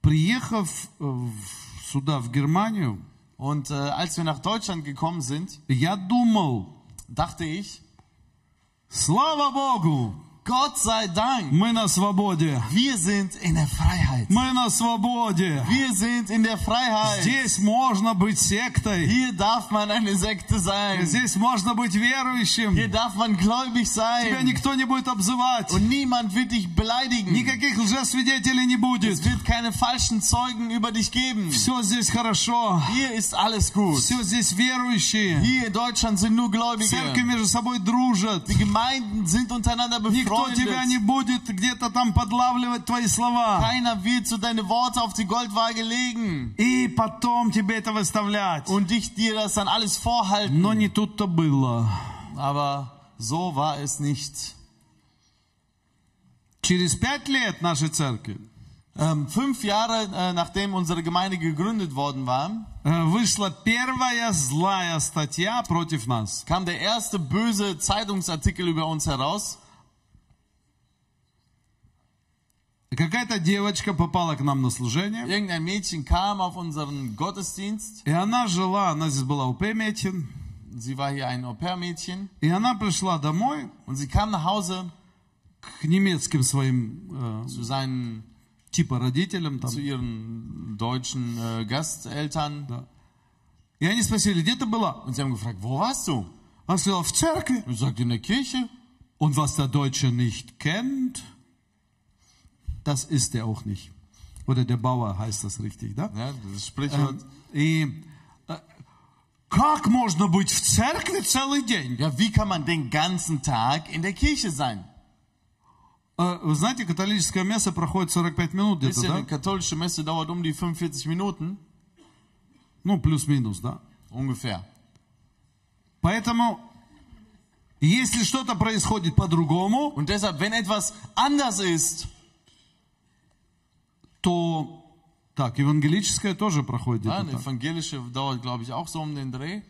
Приехав э, в- сюда, в Германию, Und äh, als wir nach Deutschland gekommen sind, я думал, dachte ich, слава Богу, Gott sei Dank, мы на свободе. wir sind in der Freiheit. Мы на свободе. Wir sind in der Freiheit. Здесь можно быть сектой. Hier darf man eine Sekte sein. Здесь можно быть Hier верующим. darf man gläubig Тебя sein. никто не будет обзывать. Und niemand wird dich beleidigen. Никаких лжесвидетелей не Es будет. wird keine falschen Zeugen über dich geben. Все здесь хорошо. Hier ist alles gut. Все здесь верующие. Hier in Deutschland sind nur Церкви Gläubige. между собой дружат. Die Gemeinden sind untereinander Никто тебя не befreundet. будет где-то там подлавливать твои слова. Keiner wird so deine Worte auf die Goldwaage legen И потом тебе это выставлять. und dich dir das dann alles vorhalten. Но не тут-то было. Aber so war es nicht. Через пять лет нашей церкви Ähm, fünf Jahre äh, nachdem unsere Gemeinde gegründet worden war, э, вышла первая злая статья против нас. kam der erste böse Zeitungsartikel über uns heraus. Какая-то девочка попала к нам на служение. Irgendein Mädchen kam auf unseren Gottesdienst. И она жила, она здесь была у Пеметин. Sie war hier ein Au-pair-Mädchen И она пришла домой und sie kam nach Hause к немецким своим э, zu seinen типа родителям там. zu ihren deutschen äh, Gasteltern Да. И они спросили, где ты была? Und sie haben gefragt, wo warst du? Она сказала, в церкви. Und sagt, in der Kirche. Und was der Deutsche nicht kennt, das ist er auch nicht. Oder der Bauer heißt das richtig, да? Ja, das Sprichwort. И э, как можно быть в церкви целый день? Ja, wie kann man den ganzen Tag in der Kirche sein? Э, Вы знаете, католическое место проходит 45 минут Wisst где-то, ihr, eine да? katholische Messe dauert um die 45 Minuten Ну, плюс-минус, да? ungefähr. Поэтому, если что-то происходит по-другому, Und deshalb, wenn etwas anders ist, то... Так, евангелическое тоже проходит ja, где-то eine ne, evangelische dauert, glaube ich, auch so um den Dreh.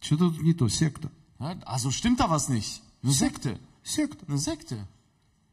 Что-то тут не то, секта. Ja, also stimmt da was nicht. Eine Sekte. Секта. Eine Sekte.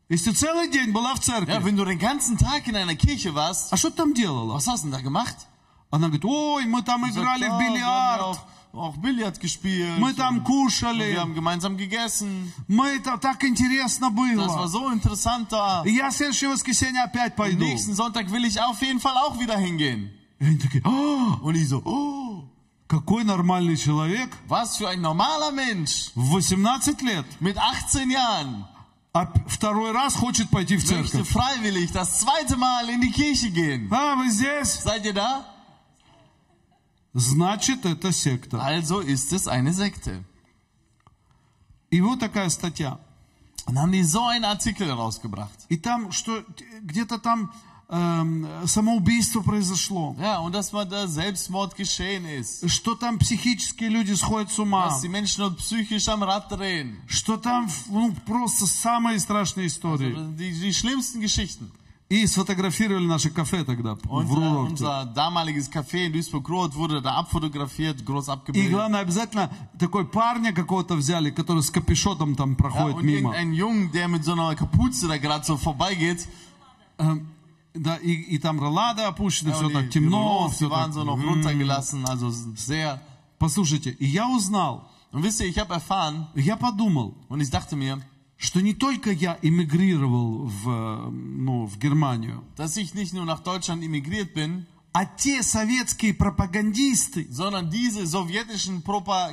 Если ты целый день была в церкви, Ja, wenn du den ganzen Tag in einer Kirche warst, а что ты там делала? was hast du denn da gemacht? Она говорит, ой, мы там Sagt, играли ja, в "Ah, wir haben бильярд, auch, auch Billard gespielt. мы там wir кушали, haben gemeinsam gegessen. мы это так интересно Das war было. so interessant da. И Я в следующее воскресенье опять Am пойду. nächsten Sonntag will ich auf jeden Fall auch wieder hingehen. И они такие, «А, Und ich so, oh, какой нормальный человек was für ein normaler Mensch в 18 лет mit 18 Jahren а п- второй раз хочет пойти в möchte церковь. freiwillig das zweite Mal in die Kirche gehen. А, вы здесь? Seid ihr da? Значит, это секта. Also ist es eine Sekte. И вот такая статья. Und haben die so einen Artikel rausgebracht. И там, что т- где-то там эм, самоубийство произошло. Ja, und dass man da Selbstmord geschehen ist. Что там психические люди сходят с ума. Dass die Menschen nur psychisch am Rad drehen. Что там ну, просто самые страшные истории. Die, die schlimmsten Geschichten. И сфотографировали наше кафе тогда в Unser, Рурорте. unser damaliges Café in Duisburg-Roth wurde da abfotografiert, groß И abgebildet. главное, обязательно такой парня какого-то взяли, который с капюшотом там Ja, проходит und мимо. irgendein Jungen, der mit so einer Kapuze da gerade so vorbeigeht. Эм, Да, и, и там ролада опущена, Ja, все und так die, die темно, Rollos, все die waren так. so noch runtergelassen, also sehr. Послушайте, и я узнал, Und wisst ihr, ich habe erfahren я подумал, und ich dachte mir, что не только я эмигрировал в, э, ну, в Германию, dass ich nicht nur nach Deutschland emigriert bin, а те советские пропагандисты, sondern diese sowjetischen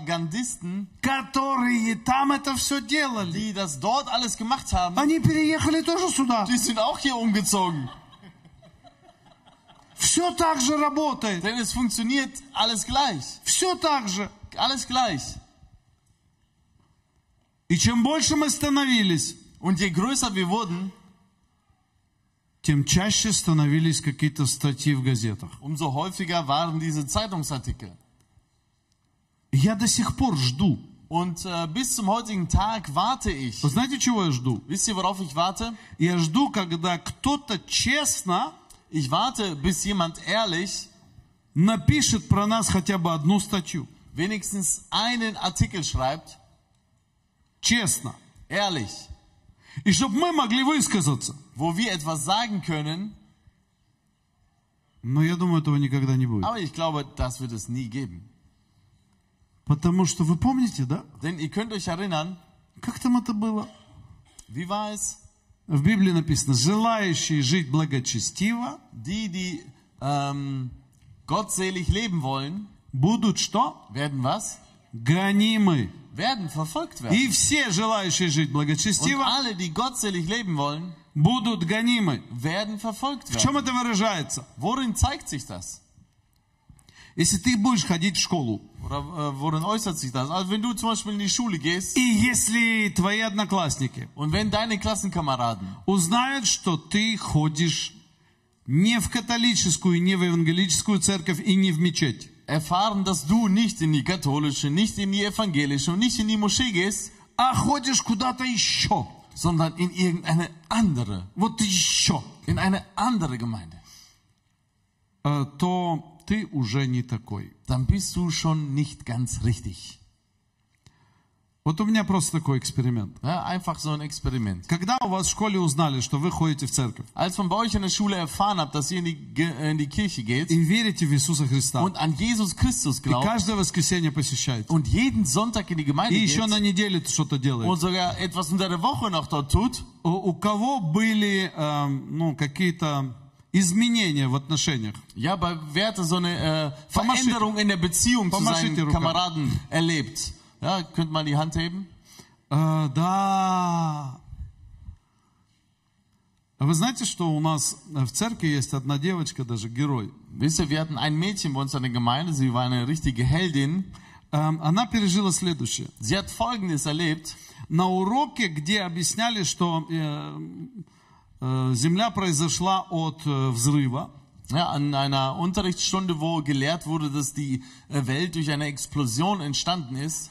Propagandisten, которые там это все делали, die das dort alles gemacht haben, они переехали тоже сюда. die sind auch hier umgezogen. Все так же работает, Denn es funktioniert alles gleich. все так же. Alles gleich. И чем больше мы становились, Und je größer wir wurden, тем чаще становились какие-то статьи в газетах. umso häufiger waren diese Zeitungsartikel. И Я до сих пор жду. Und äh, bis zum heutigen Tag warte ich. Вы знаете, чего я жду? Wisst ihr, worauf ich warte? Я жду, когда кто-то честно Ich warte, bis jemand ehrlich напишет про нас хотя бы одну статью. wenigstens einen Artikel schreibt. Честно. Ehrlich. И чтобы мы могли высказаться. Wo wir etwas sagen können, Но я думаю, этого никогда не будет. aber ich glaube, das wird es nie geben. Потому что вы помните, да? Denn ihr könnt euch erinnern, Как там это было? wie war es? В Библии написано, желающие жить благочестиво Die, die ähm, gottselig leben wollen, будут что? werden was? Гонимы. Werden verfolgt werden. И все желающие жить Und благочестиво alle, die gottselig leben wollen, будут гонимы. werden verfolgt В чем werden. это выражается? Worin zeigt sich das? Если ты будешь ходить в школу, Oder äh, worin äußert sich das? Also wenn du zum Beispiel in die Schule gehst и если твои одноклассники und wenn deine Klassenkameraden узнают, что ты ходишь не в католическую, не в евангелическую церковь и не в мечеть, erfahren, dass du nicht in die katholische, nicht in die evangelische und nicht in die Moschee gehst, а ходишь куда-то еще, sondern in irgendeine andere, вот еще, in eine andere Gemeinde, э, то ты уже не такой. dann bist du schon nicht ganz richtig. Вот у меня просто такой эксперимент. Ja, einfach so ein Experiment. Когда у вас в школе узнали, что вы ходите в церковь Als man bei euch in der Schule erfahren habt, dass ihr in die, Ge- äh, in die Kirche и geht верите в Иисуса Христа, und an Jesus Christus и glaubt каждое воскресенье посещаете, und jeden Sonntag in и die Gemeinde еще на geht неделе что-то und делаете, sogar etwas unter der Woche noch dort tut, у у кого были эм, ну, какие-то изменения в отношениях. Ja, aber wer hatte so eine äh, Veränderung in der Beziehung zu Помашите seinen руками. Kameraden erlebt? Ja, könnt mal die Hand heben? Э, да. А Вы знаете, что у нас в церкви есть одна девочка, даже герой. Wisst ihr, wir hatten ein Mädchen bei uns in der Gemeinde, sie war eine richtige Heldin. Эм, Она пережила следующее. Sie hat Folgendes erlebt. На уроке, где объясняли, что эм, э, Земля произошла от э, взрыва, Ja, an einer Unterrichtsstunde, wo gelehrt wurde, dass die äh, Welt durch eine Explosion entstanden ist,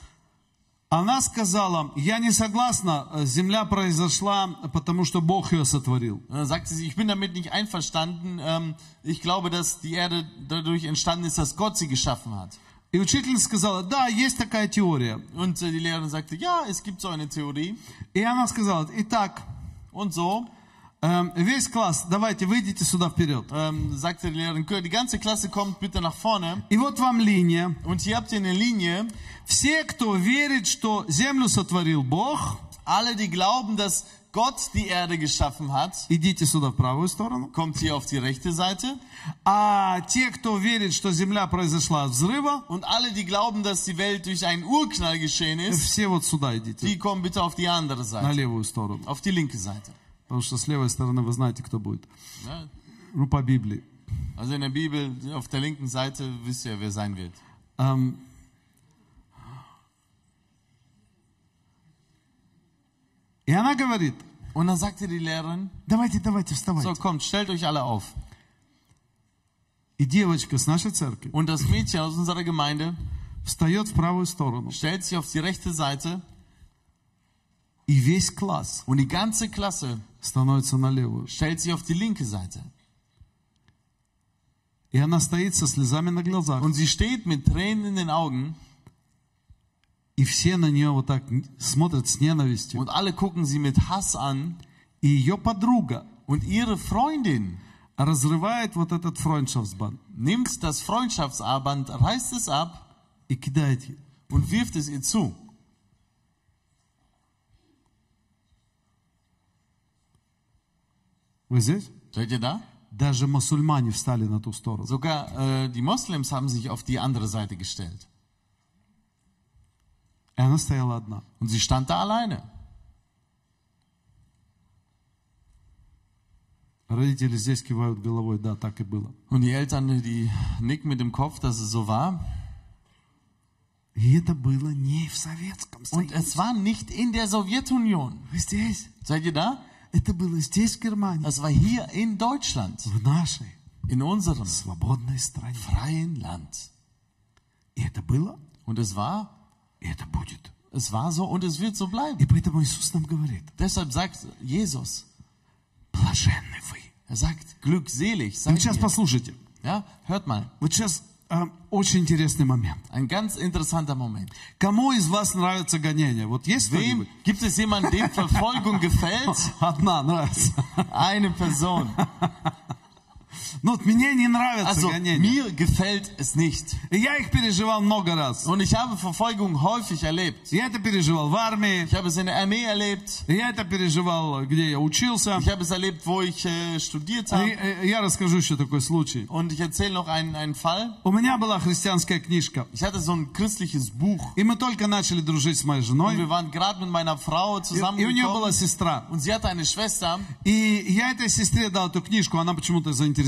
она сказала, я не согласна, э, Земля произошла, потому что Бог ее сотворил. äh, sagte sie, ich bin damit nicht einverstanden. Ähm, ich glaube, dass die Erde dadurch entstanden ist, dass Gott sie geschaffen hat. И учитель сказала, да, есть такая теория. Und äh, die Lehrerin sagte, ja, es gibt so eine Theorie. И она сказала, итак, Und so эм, весь класс, давайте, выйдите сюда вперед. ähm, sagte die Lehrerin, die ganze Klasse kommt bitte nach vorne. И вот вам линия. Und hier habt ihr eine Linie. Все, кто верит, что землю сотворил Бог, Alle, die glauben, dass Gott die Erde geschaffen hat, идите сюда в правую сторону. kommt hier auf die rechte Seite. А те, кто верит, что земля произошла от взрыва, Und alle, die glauben, dass die Welt durch einen Urknall geschehen ist, все вот сюда идите, die kommen bitte auf die andere на Seite, левую сторону. auf die linke Seite. Потому что с левой стороны вы знаете, кто будет. Ja, Ну, по Библии. Also in der Bibel, auf der linken Seite, wisst ihr, wer sein wird. Ам. И она говорит, Und dann sagte die Lehrerin, давайте, давайте, so вставайте. kommt, stellt euch alle auf. И девочка с нашей церкви Und das Mädchen aus unserer Gemeinde встает в правую сторону. stellt sich auf die rechte Seite И весь класс und die ganze Klasse становится на левую. stellt sich auf die linke Seite. И она стоит со слезами на глазах. Und sie steht mit Tränen in den Augen И все на нее вот так н- смотрят с ненавистью. und alle gucken sie mit Hass an. И ее подруга Und ihre Freundin разрывает вот этот фронтшафтсбан nimmt das Freundschaftsarmband, reißt es ab и кидает ей. und wirft es ihr zu. Вы здесь? Seid ihr da? Даже мусульмане встали на ту сторону. Sogar äh, die Moslems haben sich auf die andere Seite gestellt. И она стояла одна. Und sie stand da alleine. Родители здесь кивают головой, да, так и было. Und die Eltern, die nicken mit dem Kopf, dass es so war. И это было не в Советском Und Союзе. es war nicht in der Sowjetunion. Вы здесь. Seid ihr da? Это было здесь, в Германии. Das war hier in Deutschland, В нашей in unserem свободной стране. freien Land. И это было, Und es war, и это будет. es war so und es wird so И bleiben. поэтому Иисус нам говорит, Deshalb sagt Jesus, блаженны вы. er sagt, glückselig И вот seid сейчас ihr. послушайте. Ja, hört mal, Вот сейчас а, очень интересный момент. ein ganz interessanter Moment. Кому из вас нравятся гонения? Вот есть Wem кто-нибудь? gibt es jemanden, dem Verfolgung gefällt? Одна нравится. Eine Person. Ну вот мне не нравятся Also гонения. mir gefällt es nicht. И я их переживал много раз. Und ich habe Verfolgung häufig erlebt. Я это переживал в армии, Ich habe es in der Armee erlebt. я это переживал, где я учился. Ich habe es erlebt, wo ich äh, studiert И, habe. э, я расскажу еще такой случай. Und ich erzähle noch einen, einen Fall. У меня была христианская книжка, Ich hatte so ein christliches Buch. и мы только начали дружить с моей Und женой, wir waren gerade mit meiner Frau и, и у нее была zusammengekommen. сестра. Und sie hatte eine Schwester. И я этой сестре дал эту книжку, она почему-то заинтересовалась.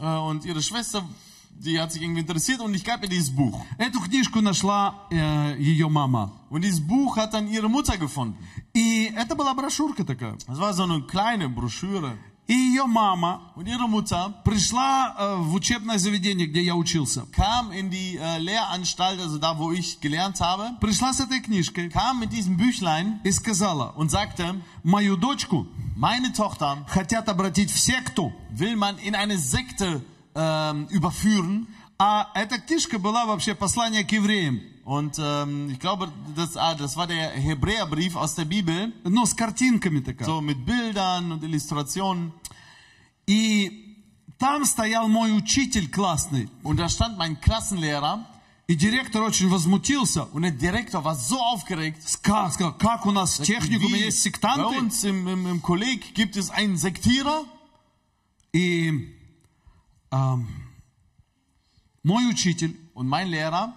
Äh, und ihre Schwester, die hat sich irgendwie interessiert. Und ich gab ihr dieses Buch. Эту книжку нашла э, ее мама. Und dieses Buch hat dann ihre Mutter gefunden. И это была брошюрка такая. Das war so eine kleine Broschüre. И ее мама Und ihre Mutter пришла э, в учебное заведение, где я учился. kam in die äh, Lehranstalt, also da, wo ich gelernt habe, Пришла с этой книжкой kam mit diesem Büchlein и сказала, und sagte, мою дочку meine Tochter хотят обратить в секту. will man in eine Sekte ähm, überführen. А эта книжка была вообще послание к евреям. Und ähm, ich glaube, das, ah, das war der Hebräerbrief aus der Bibel, Ну, с картинками такая. so mit Bildern und Illustrationen. И там стоял мой учитель классный. Und da stand mein Klassenlehrer И директор очень возмутился. und der Direktor war so aufgeregt. Ска- Сказал, как у нас в техникуме есть bei сектанты. uns im, im, im Kolleg gibt es einen Sektierer И Ам, мой учитель Und mein Lehrer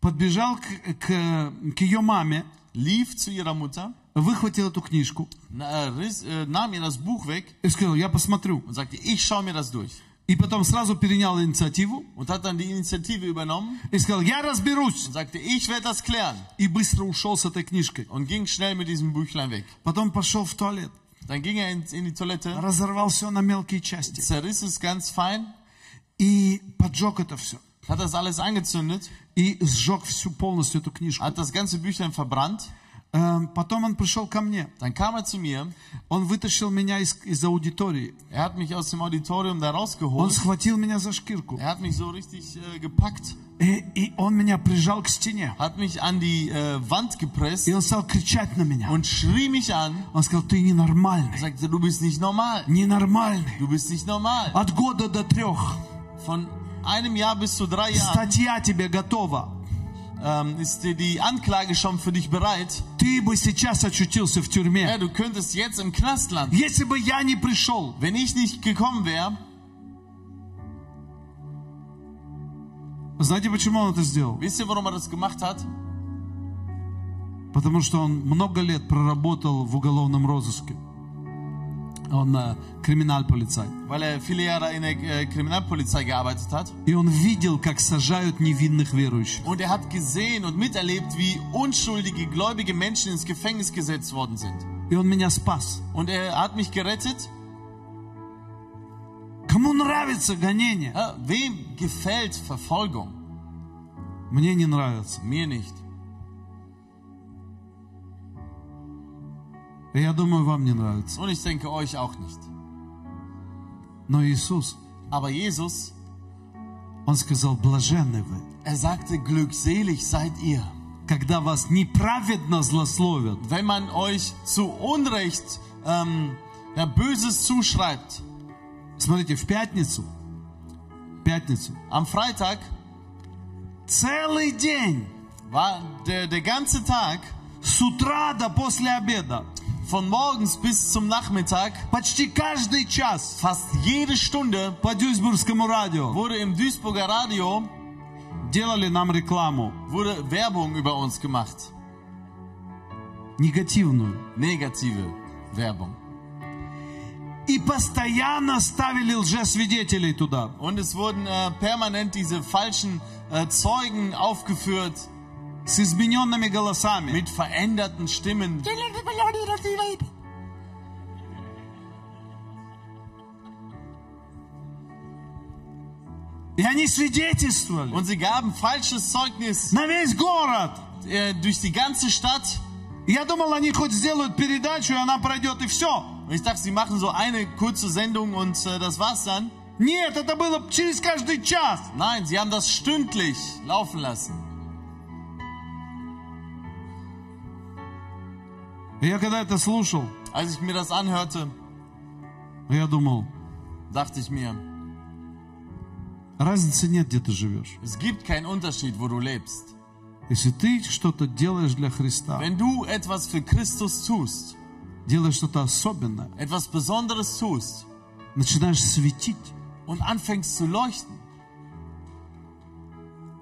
подбежал к, к- к ее маме, lief zu ihrer Mutter, выхватил эту книжку na- äh, riss, äh, nahm ihr das Buch weg и сказал, я посмотрю. und sagte, ich schaue mir das durch. И потом сразу перенял инициативу Und hat dann die Initiative übernommen и сказал, я разберусь. und sagte, ich werde das klären. И быстро ушел с этой книжкой. Und ging schnell mit diesem Büchlein weg. Потом пошел в туалет, Dann ging er in, in die Toilette, разорвал все на мелкие части zerriss es ganz fein, и поджег это все. hat das alles angezündet, И сжег всю полностью эту книжку. hat das ganze Büchlein verbrannt. Эм, Потом он пришел ко мне. Dann kam er zu mir, Он вытащил меня из, из аудитории. er hat mich aus dem Auditorium da Он rausgeholt, схватил меня за шкирку. er hat mich so richtig äh, gepackt, И, и он меня прижал к стене. hat mich an die äh, Wand gepresst И он стал кричать на меня. und schrie mich an, Он сказал, ты ненормальный. sagte, du bist nicht normal, Ненормальный. du bist nicht normal. От года до трех. Von einem Jahr bis zu drei Jahren Статья тебе готова. ähm, ist dir die Anklage schon für dich bereit. Ты бы сейчас очутился в Ja, тюрьме. du könntest jetzt im Knast landen. Если бы я не пришел. Wenn ich nicht gekommen wäre, Знаете, почему он это сделал? wisst ihr, warum er das gemacht hat? Потому что он много лет проработал в уголовном розыске. Он э, криминал-полицай. Weil er viele Jahre in der äh, Kriminalpolizei gearbeitet hat. И он видел, как сажают невинных верующих. Und er hat gesehen und miterlebt, wie unschuldige, gläubige Menschen ins Gefängnis gesetzt worden sind. И он меня спас. Und er hat mich gerettet. Кому нравится гонение? Ja, wem gefällt Verfolgung? Мне не нравится. Mir nicht. И я думаю, вам не нравится. Und ich denke euch auch nicht. Но Иисус, Aber Jesus, Он сказал, блаженны вы, er sagte, glückselig seid ihr. когда вас неправедно злословят. Wenn man euch zu Unrecht ähm, ja, Böses zuschreibt, Смотрите, в пятницу, в пятницу, am Freitag целый день, war der, der ganze Tag с утра до после обеда, von morgens bis zum Nachmittag, почти каждый час fast jede Stunde по Дюйсбургскому радио wurde im Duisburger Radio делали нам рекламу wurde Werbung über uns gemacht. негативную. Negative Werbung. И постоянно ставили лжесвидетелей туда. Und es wurden äh, permanent diese falschen äh, Zeugen aufgeführt С измененными голосами. mit veränderten Stimmen. И они свидетельствовали Und sie gaben falsches Zeugnis на весь город. äh, durch die ganze Stadt. И Я думал, они хоть сделают передачу, и она пройдет, и все. Und ich dachte, sie machen so eine kurze Sendung und äh, das war's dann. Нет, это было через каждый час. Nein, sie haben das stündlich laufen lassen. И я когда это слушал, Als ich mir das anhörte, я думал, dachte ich mir, разницы нет, где ты живешь. es gibt keinen Unterschied, wo du lebst. Если ты что-то делаешь для Христа, Wenn du etwas für Christus tust, делаешь что-то особенное, etwas Besonderes tust начинаешь светить, und anfängst zu leuchten,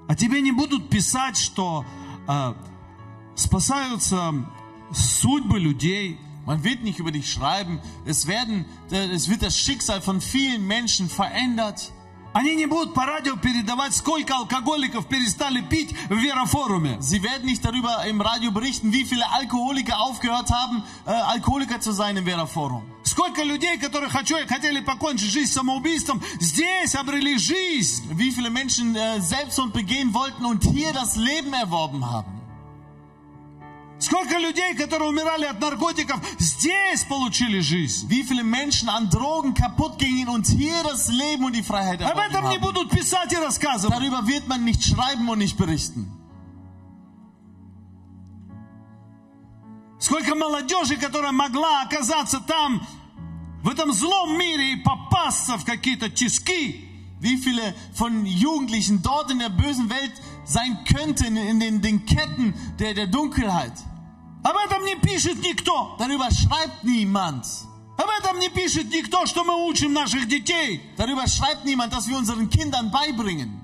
а тебе не будут писать, что а, спасаются судьбы людей, man wird nicht über dich schreiben, es, werden, äh, es wird das Schicksal von vielen Menschen verändert. они не будут по радио передавать, сколько алкоголиков перестали пить в Верофоруме. Sie werden nicht darüber im Radio berichten, wie viele Alkoholiker aufgehört haben, äh, Alkoholiker zu sein im Vera Forum. Сколько людей, которые хочу- хотели покончить жизнь самоубийством, здесь обрели жизнь. Wie viele Menschen äh, Selbstmord begehen wollten und hier das Leben erworben haben. Сколько людей, которые умирали от наркотиков, здесь получили жизнь. Wie viele Menschen an Drogen kaputt gingen und hier das Leben und die Freiheit Об erworben этом не haben. будут писать и рассказывать. Darüber wird man nicht schreiben und nicht berichten. Сколько молодежи, которая могла оказаться там, в этом злом мире и попасться в какие-то тиски. Wie viele von Jugendlichen dort in der bösen Welt sein könnten, in den, den Ketten der, der Dunkelheit. Об этом не пишет никто. Darüber schreibt niemand. Об этом не пишет никто, что мы учим наших детей. Darüber schreibt niemand, dass wir unseren Kindern beibringen,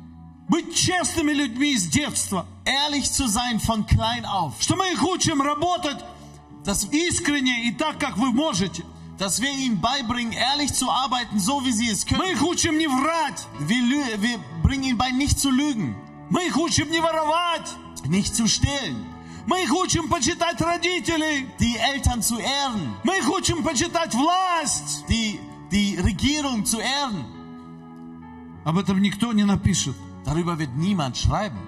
Быть честными людьми с детства. ehrlich zu sein von klein auf. Что мы их учим работать Dass, искренне и так, как вы можете. dass wir ihnen beibringen, ehrlich zu arbeiten, so wie sie es Мы können. их учим не врать. Wir, lü- wir bringen ihnen bei, nicht zu lügen, Мы их учим не воровать. nicht zu stehlen, Мы их учим почитать родителей. die Eltern zu ehren, Мы их учим почитать власть. die, die Regierung zu ehren. Об этом никто не напишет. Darüber wird niemand schreiben.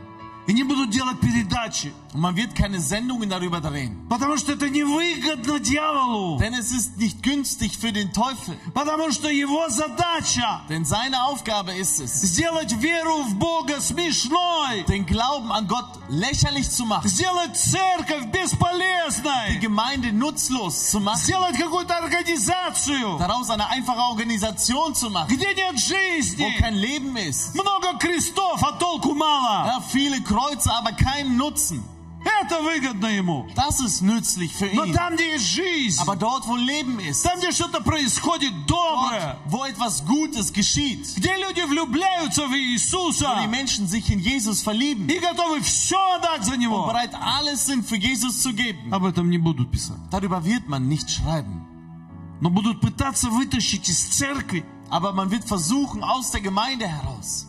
И не будут делать передачи. Und man wird keine Sendungen darüber drehen. Потому что это невыгодно дьяволу. Denn es ist nicht günstig für den Teufel. Потому что его задача Denn seine Aufgabe ist es, сделать веру в Бога смешной. den Glauben an Gott lächerlich zu machen, Сделать церковь die бесполезной. Gemeinde nutzlos zu machen, Сделать какую-то организацию, daraus eine einfache Organisation zu machen, где нет wo жизни. kein Leben ist. Много крестов, а толку мало. Ja, viele Kreuze, aber keinen Nutzen. Это выгодно ему. Das ist nützlich für Но ihn. там, где есть жизнь, Aber dort, wo Leben ist, там, где что-то происходит доброе, dort, wo etwas Gutes geschieht, где люди влюбляются в wo die Иисуса Menschen sich in Jesus verlieben и готовы все отдать за und Него, bereit alles sind für Jesus zu geben, об этом не будут писать. darüber wird man nicht schreiben. Но будут пытаться вытащить из церкви Aber man wird versuchen, aus der Gemeinde heraus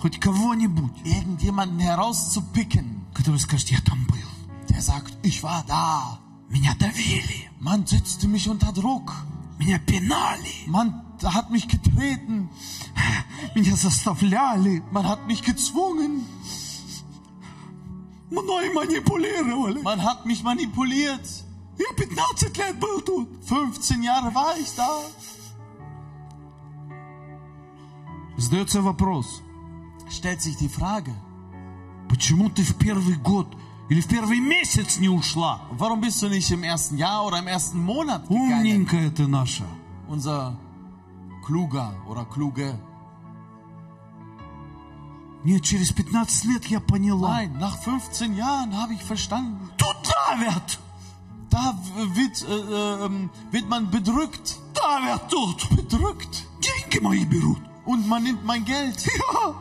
хоть кого-нибудь, irgendjemanden herauszupicken, который скажет, я там был, der sagt, ich war da. меня давили, Man setzte mich unter Druck. меня пинали, Man hat mich getreten. меня заставляли, Man hat mich gezwungen. мной манипулировали. Man hat mich manipuliert. Я 15 лет был тут. 15 Jahre war ich da. Задается вопрос, Stellt sich die Frage, почему ты в первый год или в первый месяц не ушла? warum bist du nicht im ersten Jahr oder im ersten Monat gegangen? Умненькая ты наша. Unser Kluger oder Kluge. Нет, через 15 лет я поняла. Nein, nach 15 Jahren habe ich verstanden. Тут давят! Da w- wird, äh, ähm, wird man bedrückt. Давят тут! Bedrückt. Деньги мои берут! Und man nimmt mein Geld. Я!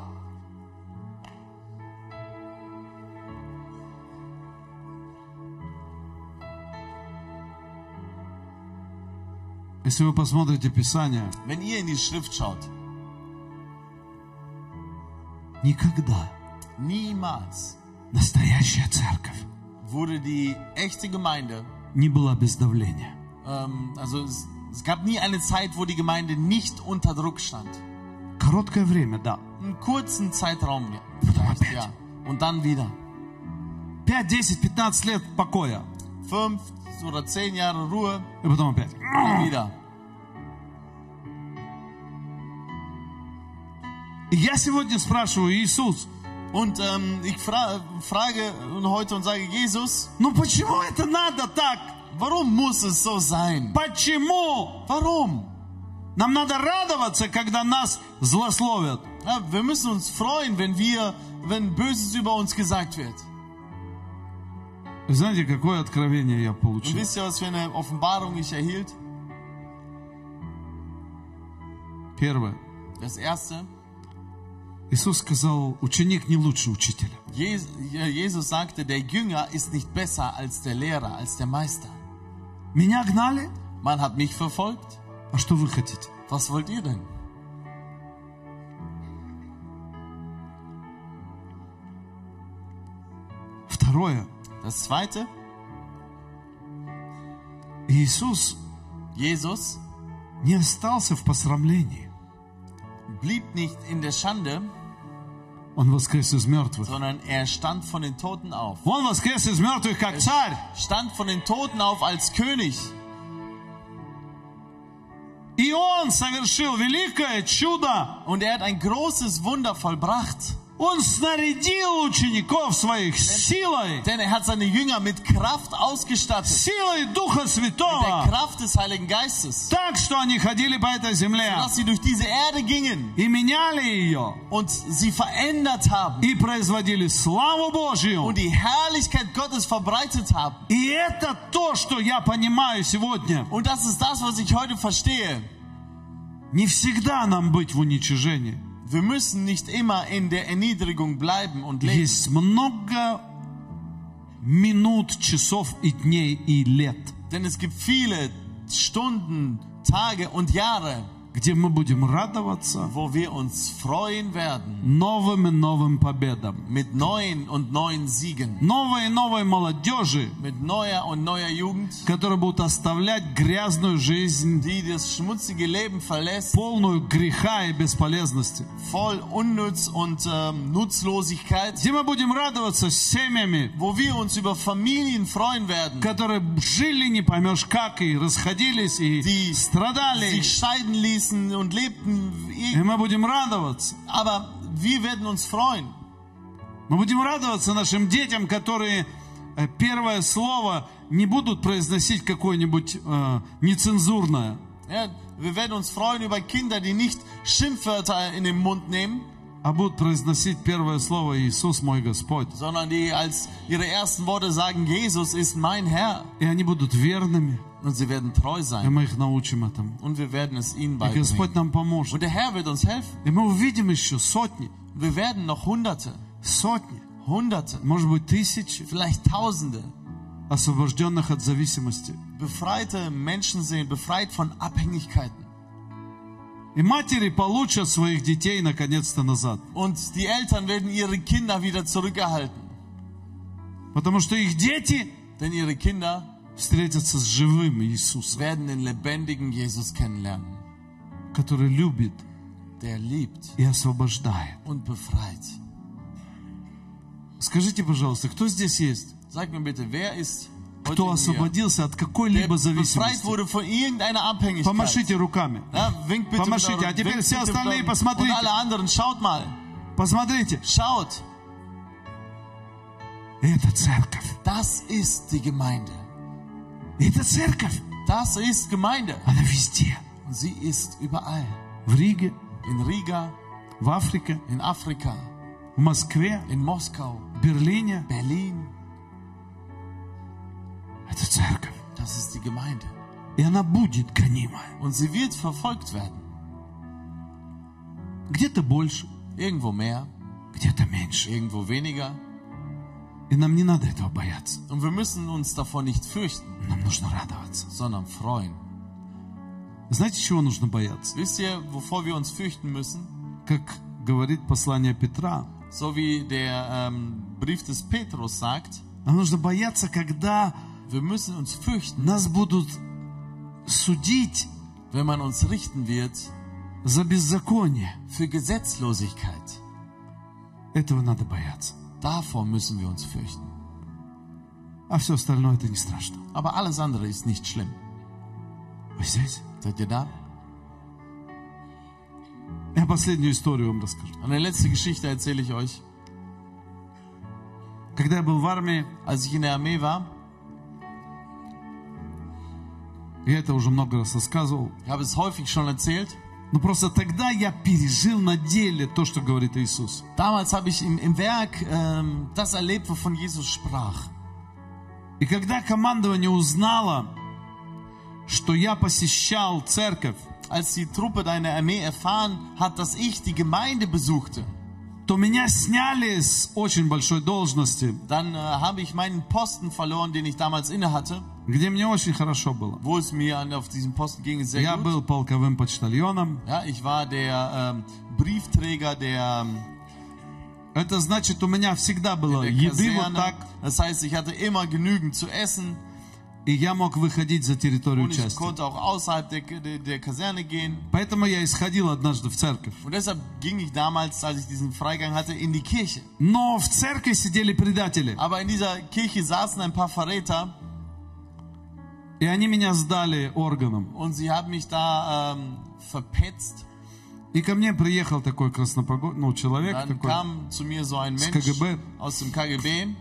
Если вы посмотрите Писание, Wenn ihr in die Schrift schaut, никогда niemals настоящая церковь wurde die echte Gemeinde не была без давления. Ähm, also es, es gab nie eine Zeit, wo die Gemeinde nicht unter Druck stand. Короткое время, да. Einen kurzen Zeitraum, ja. Verdammt. Vielleicht, ja. Und dann wieder. 5, 10, 15 лет покоя. Fünf oder zehn Jahre Ruhe, И потом опять. nie wieder. И Я сегодня спрашиваю, Иисус, Und ähm, ich fra frage heute und sage, Jesus, ну почему это надо так? warum muss es so sein? Почему? Warum? Нам надо радоваться, когда нас злословят. Ja, wir müssen uns freuen, wenn wir, wenn Böses über uns gesagt wird. Вы знаете, какое откровение я Und получил? wisst ihr, was für eine Offenbarung ich erhielt? Первое. Das erste, Иисус сказал, ученик не лучше учителя. Jes- Jesus sagte, der Jünger ist nicht besser als der Lehrer, als der Meister. Меня гнали? Man hat mich verfolgt. А что вы хотите? Was wollt ihr denn? Второе. Das zweite, Иисус Jesus не остался в посрамлении. blieb nicht in der Schande, Он воскрес из мертвых. sondern er stand von den Toten auf. Он воскрес из мертвых, как царь. Stand von den Toten auf als König. И он совершил великое чудо. Und er hat ein großes Wunder vollbracht. Он снарядил учеников своих силой, Denn er hat seine Jünger mit Kraft ausgestattet. силой Духа Der Святого, Kraft des Heiligen Geistes. так что они ходили по этой земле Dass sie durch diese Erde gingen и меняли ее, und sie verändert haben и производили славу Божью. und die Herrlichkeit Gottes verbreitet haben. И это то, что я понимаю сегодня. Und das ist das, was ich heute verstehe. Не всегда нам быть в уничижении. Wir müssen nicht immer in der Erniedrigung bleiben und leben. Есть много минут, часов и дней и лет, Denn es gibt viele Stunden, Tage und Jahre, где мы будем радоваться wo wir uns freuen werden новым и новым победам. mit neuen und neuen Siegen, Новой и новой молодежи, mit neuer und neuer Jugend, которые будут оставлять грязную жизнь, die das schmutzige Leben verlässt, полную греха и бесполезности. voll Unnütz und ähm, Nutzlosigkeit, Где мы будем радоваться с семьями, wo wir uns über Familien freuen werden, которые жили не поймешь как, и расходились, и Die- страдали. sich scheiden ließen und lebten, И мы будем радоваться. aber wir werden uns freuen. Мы будем радоваться нашим детям, которые э, первое слово не будут произносить какое-нибудь э, нецензурное, Ja, wir werden uns freuen über Kinder, die nicht Schimpfwörter in den Mund nehmen, а будут произносить первое слово «Иисус мой Господь». sondern die als ihre ersten Worte sagen, Jesus ist mein Herr. И они будут верными, Und sie werden treu и sein. мы их научим этому. Und wir werden es ihnen И Господь beibringen. нам Und поможет. der Herr wird uns helfen. И мы увидим еще сотни, Wir werden noch Hunderte, сотни, Hunderte, может быть, тысячи vielleicht Tausende освобожденных от зависимости. befreite Menschen sehen, befreit von Abhängigkeiten. И матери получат своих детей наконец-то назад. Und die Eltern werden ihre Kinder wieder zurückerhalten. Потому что их дети Denn ihre Kinder встретятся с живым Иисусом, werden den lebendigen Jesus kennenlernen, который любит der liebt и освобождает. und befreit. Скажите, пожалуйста, кто здесь есть? Sag mir bitte, wer ist heute Кто hier, освободился от der какой-либо befreit зависимости? wurde von irgendeiner Abhängigkeit? Помашите руками. Ja, winkt bitte Помашите, mit euren- а теперь winkt все bitte mit остальные euren- посмотрите. Und alle anderen, schaut mal, Посмотрите, schaut, это церковь. das ist die Gemeinde. Это церковь. Das ist Gemeinde. Она везде. Und sie ist überall. В Риге, In Riga, в Африке, in Afrika, в Москве, in Moskau, в Берлине. Berlin. Это церковь. Das ist die Gemeinde. И она будет гонима. Und sie wird verfolgt werden. Где-то больше, Irgendwo mehr, где-то меньше. irgendwo weniger. И нам не надо этого бояться. Und wir müssen uns davon nicht fürchten, Нам нужно радоваться. sondern freuen. Знаете, чего нужно бояться? Wisst ihr, wovor wir uns fürchten müssen? Как говорит послание Петра, So wie der ähm, Brief des Petrus sagt, нам нужно бояться, когда wir müssen uns fürchten, нас будут судить wenn man uns richten wird за беззаконие. für Gesetzlosigkeit. Этого надо бояться. Davor müssen wir uns fürchten. А все остальное это не страшно. Aber alles andere ist nicht schlimm. Вы здесь? Seid ihr da? Я последнюю историю вам расскажу. Und eine letzte Geschichte erzähle ich euch. Когда я был в армии, Als ich in der Armee war, я это уже много раз рассказывал, ich habe es häufig schon erzählt, но просто тогда я пережил на деле то, что говорит Иисус. damals habe ich im, im Werk ähm, das erlebt, wovon Jesus sprach. И когда командование узнало, что я посещал церковь, Als die Truppe deiner Armee erfahren hat, dass ich die Gemeinde besuchte, то меня сняли с очень большой должности, dann äh, habe ich meinen Posten verloren, den ich damals inne hatte, где мне очень хорошо было. wo es mir an, auf diesem Posten ging, sehr Я gut. был полковым почтальоном. Ja, ich war der ähm, Briefträger der, ähm, Это значит, у меня всегда было der еды вот Kaserne. так, Das heißt, ich hatte immer genügend zu essen и я мог выходить за территорию und ich участия. konnte auch außerhalb der, der, der Kaserne gehen. Поэтому я исходил однажды в церковь. Und deshalb ging ich damals, als ich diesen Freigang hatte, in die Kirche. Но в церкви сидели предатели, Aber in dieser Kirche saßen ein paar Verräter и они меня сдали органам. und sie haben mich da ähm, verpetzt. И И ко мне приехал такой краснопогодный ну, человек, Dann такой, kam zu mir so ein Das Mensch KGB. aus dem KGB,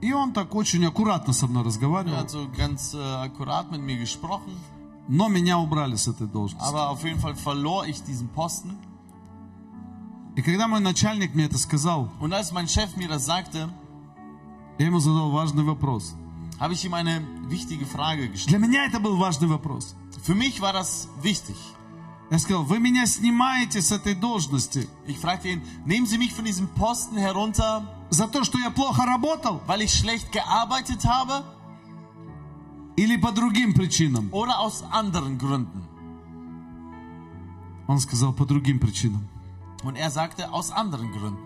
и он так очень аккуратно со мной der разговаривал, hat so ganz äh, akkurat mit mir gesprochen, но меня убрали с этой должности. aber auf jeden Fall verlor ich diesen Posten. И когда мой начальник мне это сказал, Und als mein Chef mir das sagte, я ему задал важный вопрос. habe ich ihm eine wichtige Frage gestellt. Для меня это был важный вопрос. Für mich war das wichtig. Я сказал, вы меня снимаете с этой должности Ich fragte ihn, nehmen Sie mich von diesem Posten herunter, за то, что я плохо работал weil ich schlecht gearbeitet habe или по другим причинам? oder aus anderen Gründen? Он сказал, по другим причинам. Und er sagte, aus anderen Gründen.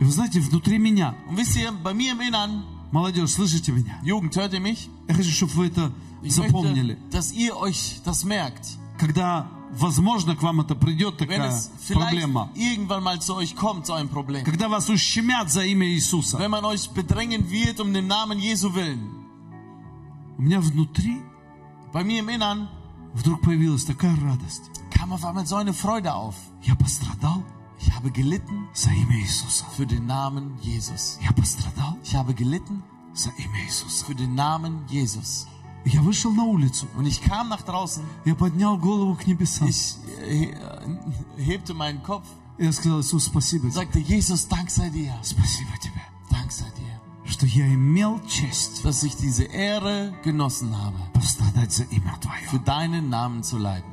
И вы знаете, внутри меня, Und wisst ihr, bei mir im Innern, молодежь, слышите меня? Jugend, hört ihr mich? Я хочу, чтобы вы это Ich запомнили. möchte, dass ihr euch das merkt. Когда, возможно, к вам это придет Wenn такая es vielleicht проблема. irgendwann mal zu euch kommt, so ein Problem. Когда вас ущемят за имя Иисуса. Wenn man euch bedrängen wird um den Namen Jesu willen. У меня внутри Bei mir im Innern вдруг появилась такая радость. kam auf einmal so eine Freude auf. Я пострадал Ich habe gelitten за имя Иисуса. für den Namen Jesus. Я пострадал Ich habe gelitten за имя Иисуса. für den Namen Jesus. Я вышел на улицу. Und ich kam nach draußen, Я поднял голову к небесам. ich äh, hebte meinen Kopf, Я сказал, Иисус, спасибо тебе. sagte, Jesus, dank sei dir, Спасибо тебе, dank sei dir, что я имел честь dass ich diese Ehre genossen habe, пострадать за имя Твое. für deinen Namen zu leiden.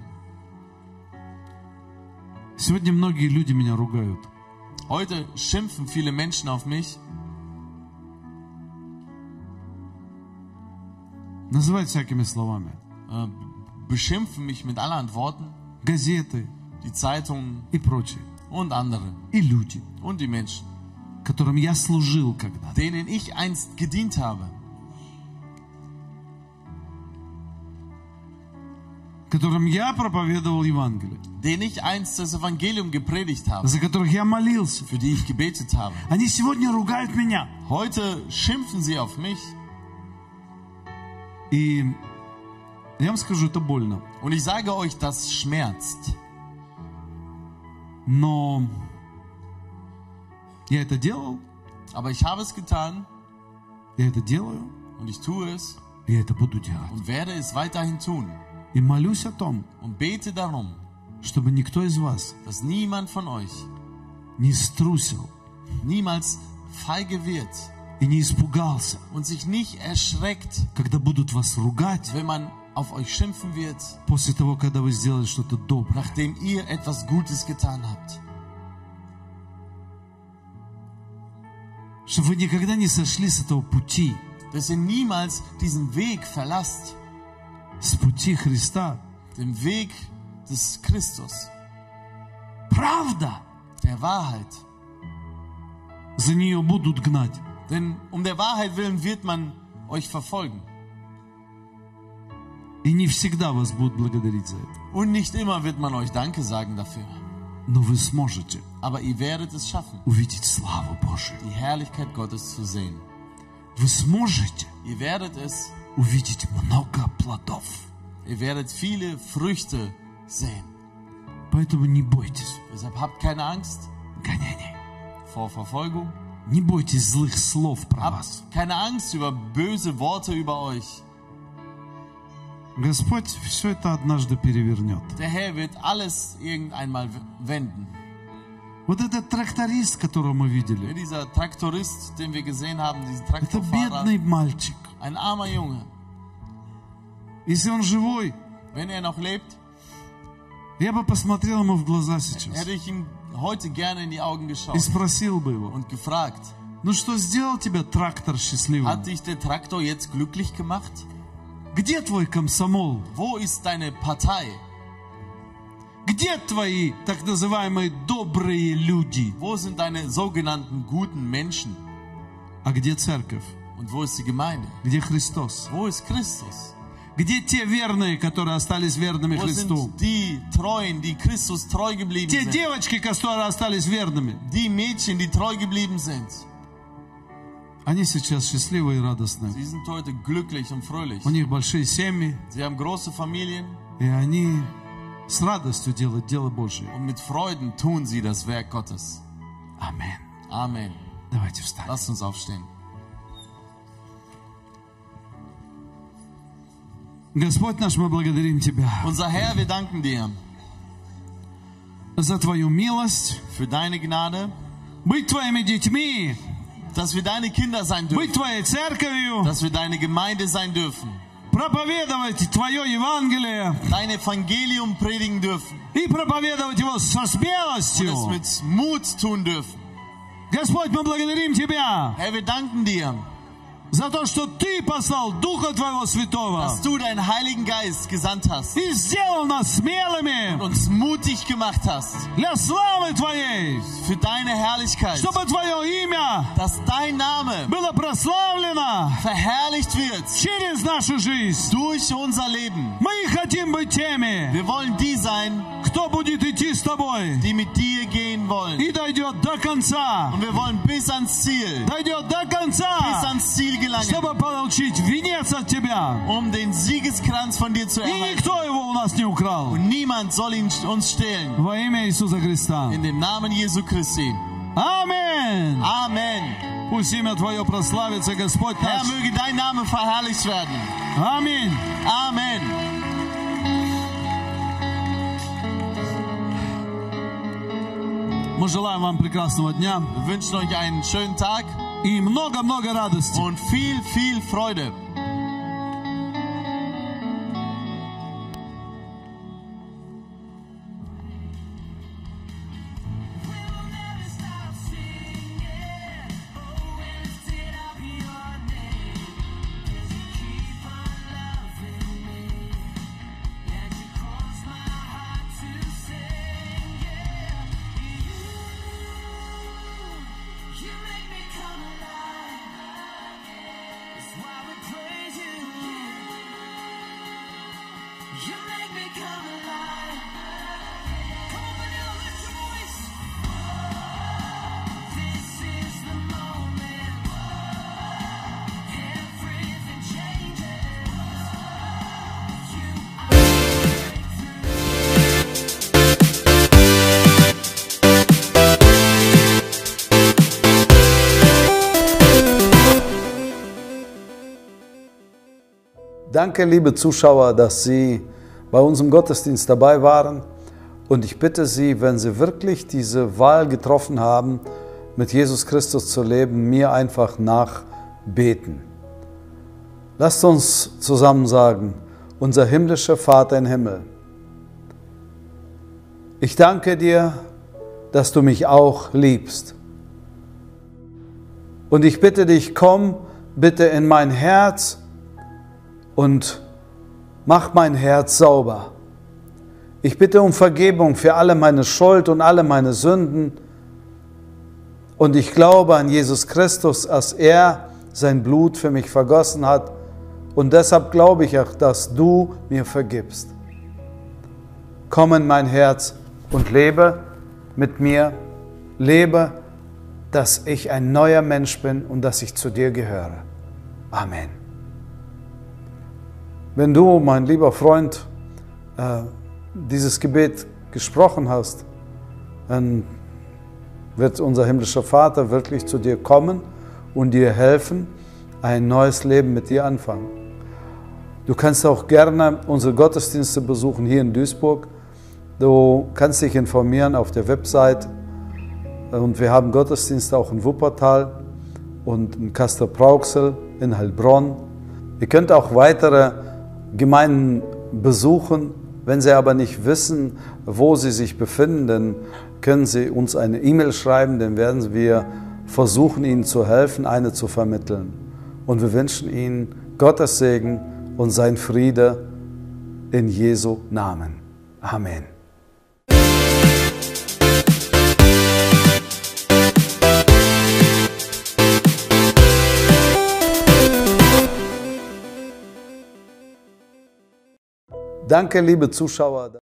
Сегодня многие люди меня ругают. Heute schimpfen viele Menschen auf mich, Называют всякими словами. äh, beschimpfen mich mit allerhand Worten, Газеты die Zeitungen и прочее. und andere И люди, und die Menschen, которым я служил когда-то. denen ich einst gedient habe, Которым я проповедовал Евангелие. denen ich einst das Evangelium gepredigt habe, За которых я молился. für die ich gebetet habe. Они сегодня ругают меня. Heute schimpfen sie auf mich И я вам скажу, это больно. und ich sage euch, das schmerzt. Но я это делал, Aber ich habe es getan я это делаю, und ich tue es я это буду делать. und werde es weiterhin tun И молюсь о том, und bete darum, чтобы никто из вас dass niemand von euch не струсил niemals feige wird и не испугался, und sich nicht erschreckt, когда будут вас ругать wenn man auf euch schimpfen wird, после того, когда вы сделали что-то доброе. nachdem ihr etwas Gutes getan habt. Чтобы вы никогда не сошли с этого пути, Dass ihr niemals diesen Weg verlasst, с пути Христа. den Weg des Christus, Правда! der Wahrheit. За нее будут гнать. Denn um der Wahrheit willen wird man euch verfolgen. И не всегда вас будут благодарить за это. Und nicht immer wird man euch Danke sagen dafür. Но вы сможете Aber ihr werdet es schaffen, увидеть славу Божию. die Herrlichkeit Gottes zu sehen. Вы сможете Ihr werdet es, увидеть много плодов. ihr werdet viele Früchte sehen. Поэтому не бойтесь Deshalb habt keine Angst гонений. vor Verfolgung. Не бойтесь злых слов про вас. Habt keine Angst über böse Worte über euch. Господь все это однажды перевернет. Der Herr wird alles irgendeinmal w- wenden. Вот этот тракторист, которого мы Ja, видели, dieser Traktorist, den wir gesehen haben, diesen это Traktorfahrer, бедный мальчик. ein armer Junge. Если он живой, Wenn er noch lebt, я бы посмотрел ему в глаза сейчас hätte ich ihm heute gerne in die Augen и geschaut спросил бы его, und gefragt, ну что сделал тебя трактор счастливым? hat dich der Traktor jetzt glücklich gemacht? Где твой комсомол? Wo ist deine Partei? Где твои так называемые добрые люди? Wo sind deine sogenannten guten Menschen? А где церковь? Und wo ist die Gemeinde? Где Христос? Wo ist Christus? Где те верные, которые остались верными Wo Христу? sind die Treuen, die Christus treu geblieben Те sind? девочки, которые остались верными, Die Mädchen, die treu geblieben sind. они сейчас счастливы и радостны. Sie sind heute glücklich und fröhlich. У них большие семьи, Sie haben große Familien и они с радостью делать дело Божие. Und mit Freuden tun sie das Werk Gottes. Амин. Amen. Давайте встанем. Lasst uns aufstehen. Господь наш, мы благодарим Тебя Unser Herr, wir danken dir за Твою милость, für deine Gnade, быть Твоими детьми, dass wir deine Kinder sein быть dürfen, Твоей церковью, dass wir deine Gemeinde sein dürfen, проповедовать Твое Евангелие dein Evangelium predigen dürfen, и проповедовать его со смелостью. das mit Mut tun dürfen. Господь, мы благодарим Тебя Herr, wir danken dir, за то, что Ты послал Духа Твоего Святого dass du deinen Heiligen Geist gesandt hast, и сделал нас смелыми uns mutig gemacht hast для славы Твоей, für deine Herrlichkeit, чтобы Твое имя dass dein Name было прославлено verherrlicht wird через нашу жизнь. durch unser Leben. Мы хотим быть теми, Wir wollen die sein, кто будет идти с Тобой die mit dir gehen wollen. и дойдет до конца, Und wir wollen bis ans Ziel, дойдет до bis конца, ans Ziel gelangen, чтобы получить венец от Тебя. um den Siegeskranz von dir zu И erhalten. никто его у нас не украл. Und niemand soll ihn uns stehlen. Во имя Иисуса Христа. In dem Namen Jesu Christi. Аминь. Amen. Пусть имя Твое прославится, Господь Herr, наш. möge dein Name verherrlicht werden. Аминь. Amen. Мы желаем вам прекрасного дня Wir wünschen euch einen schönen Tag и много-много радости. und viel, viel Freude. You make me come alive. Come on, you rejoice. This is the moment. Everything changes. You Danke, liebe Zuschauer, dass Sie bei unserem Gottesdienst dabei waren. Und ich bitte Sie, wenn Sie wirklich diese Wahl getroffen haben, mit Jesus Christus zu leben, mir einfach nachbeten. Lasst uns zusammen sagen, unser himmlischer Vater im Himmel, ich danke dir, dass du mich auch liebst. Und ich bitte dich, komm bitte in mein Herz und mach mein Herz sauber. Ich bitte um Vergebung für alle meine Schuld und alle meine Sünden. Und ich glaube an Jesus Christus, dass er sein Blut für mich vergossen hat. Und deshalb glaube ich auch, dass du mir vergibst. Komm in mein Herz und lebe mit mir. Lebe, dass ich ein neuer Mensch bin und dass ich zu dir gehöre. Amen. Wenn du, mein lieber Freund, äh, dieses Gebet gesprochen hast, dann wird unser himmlischer Vater wirklich zu dir kommen und dir helfen, ein neues Leben mit dir anfangen. Du kannst auch gerne unsere Gottesdienste besuchen hier in Duisburg. Du kannst dich informieren auf der Website. Und wir haben Gottesdienste auch in Wuppertal und in Kastor-Brauxel, in Heilbronn, Ihr könnt auch weitere Gemeinden besuchen. Wenn Sie aber nicht wissen, wo Sie sich befinden, dann können Sie uns eine E-Mail schreiben, dann werden wir versuchen, Ihnen zu helfen, eine zu vermitteln. Und wir wünschen Ihnen Gottes Segen und sein Friede in Jesu Namen. Amen. Danke, liebe Zuschauer.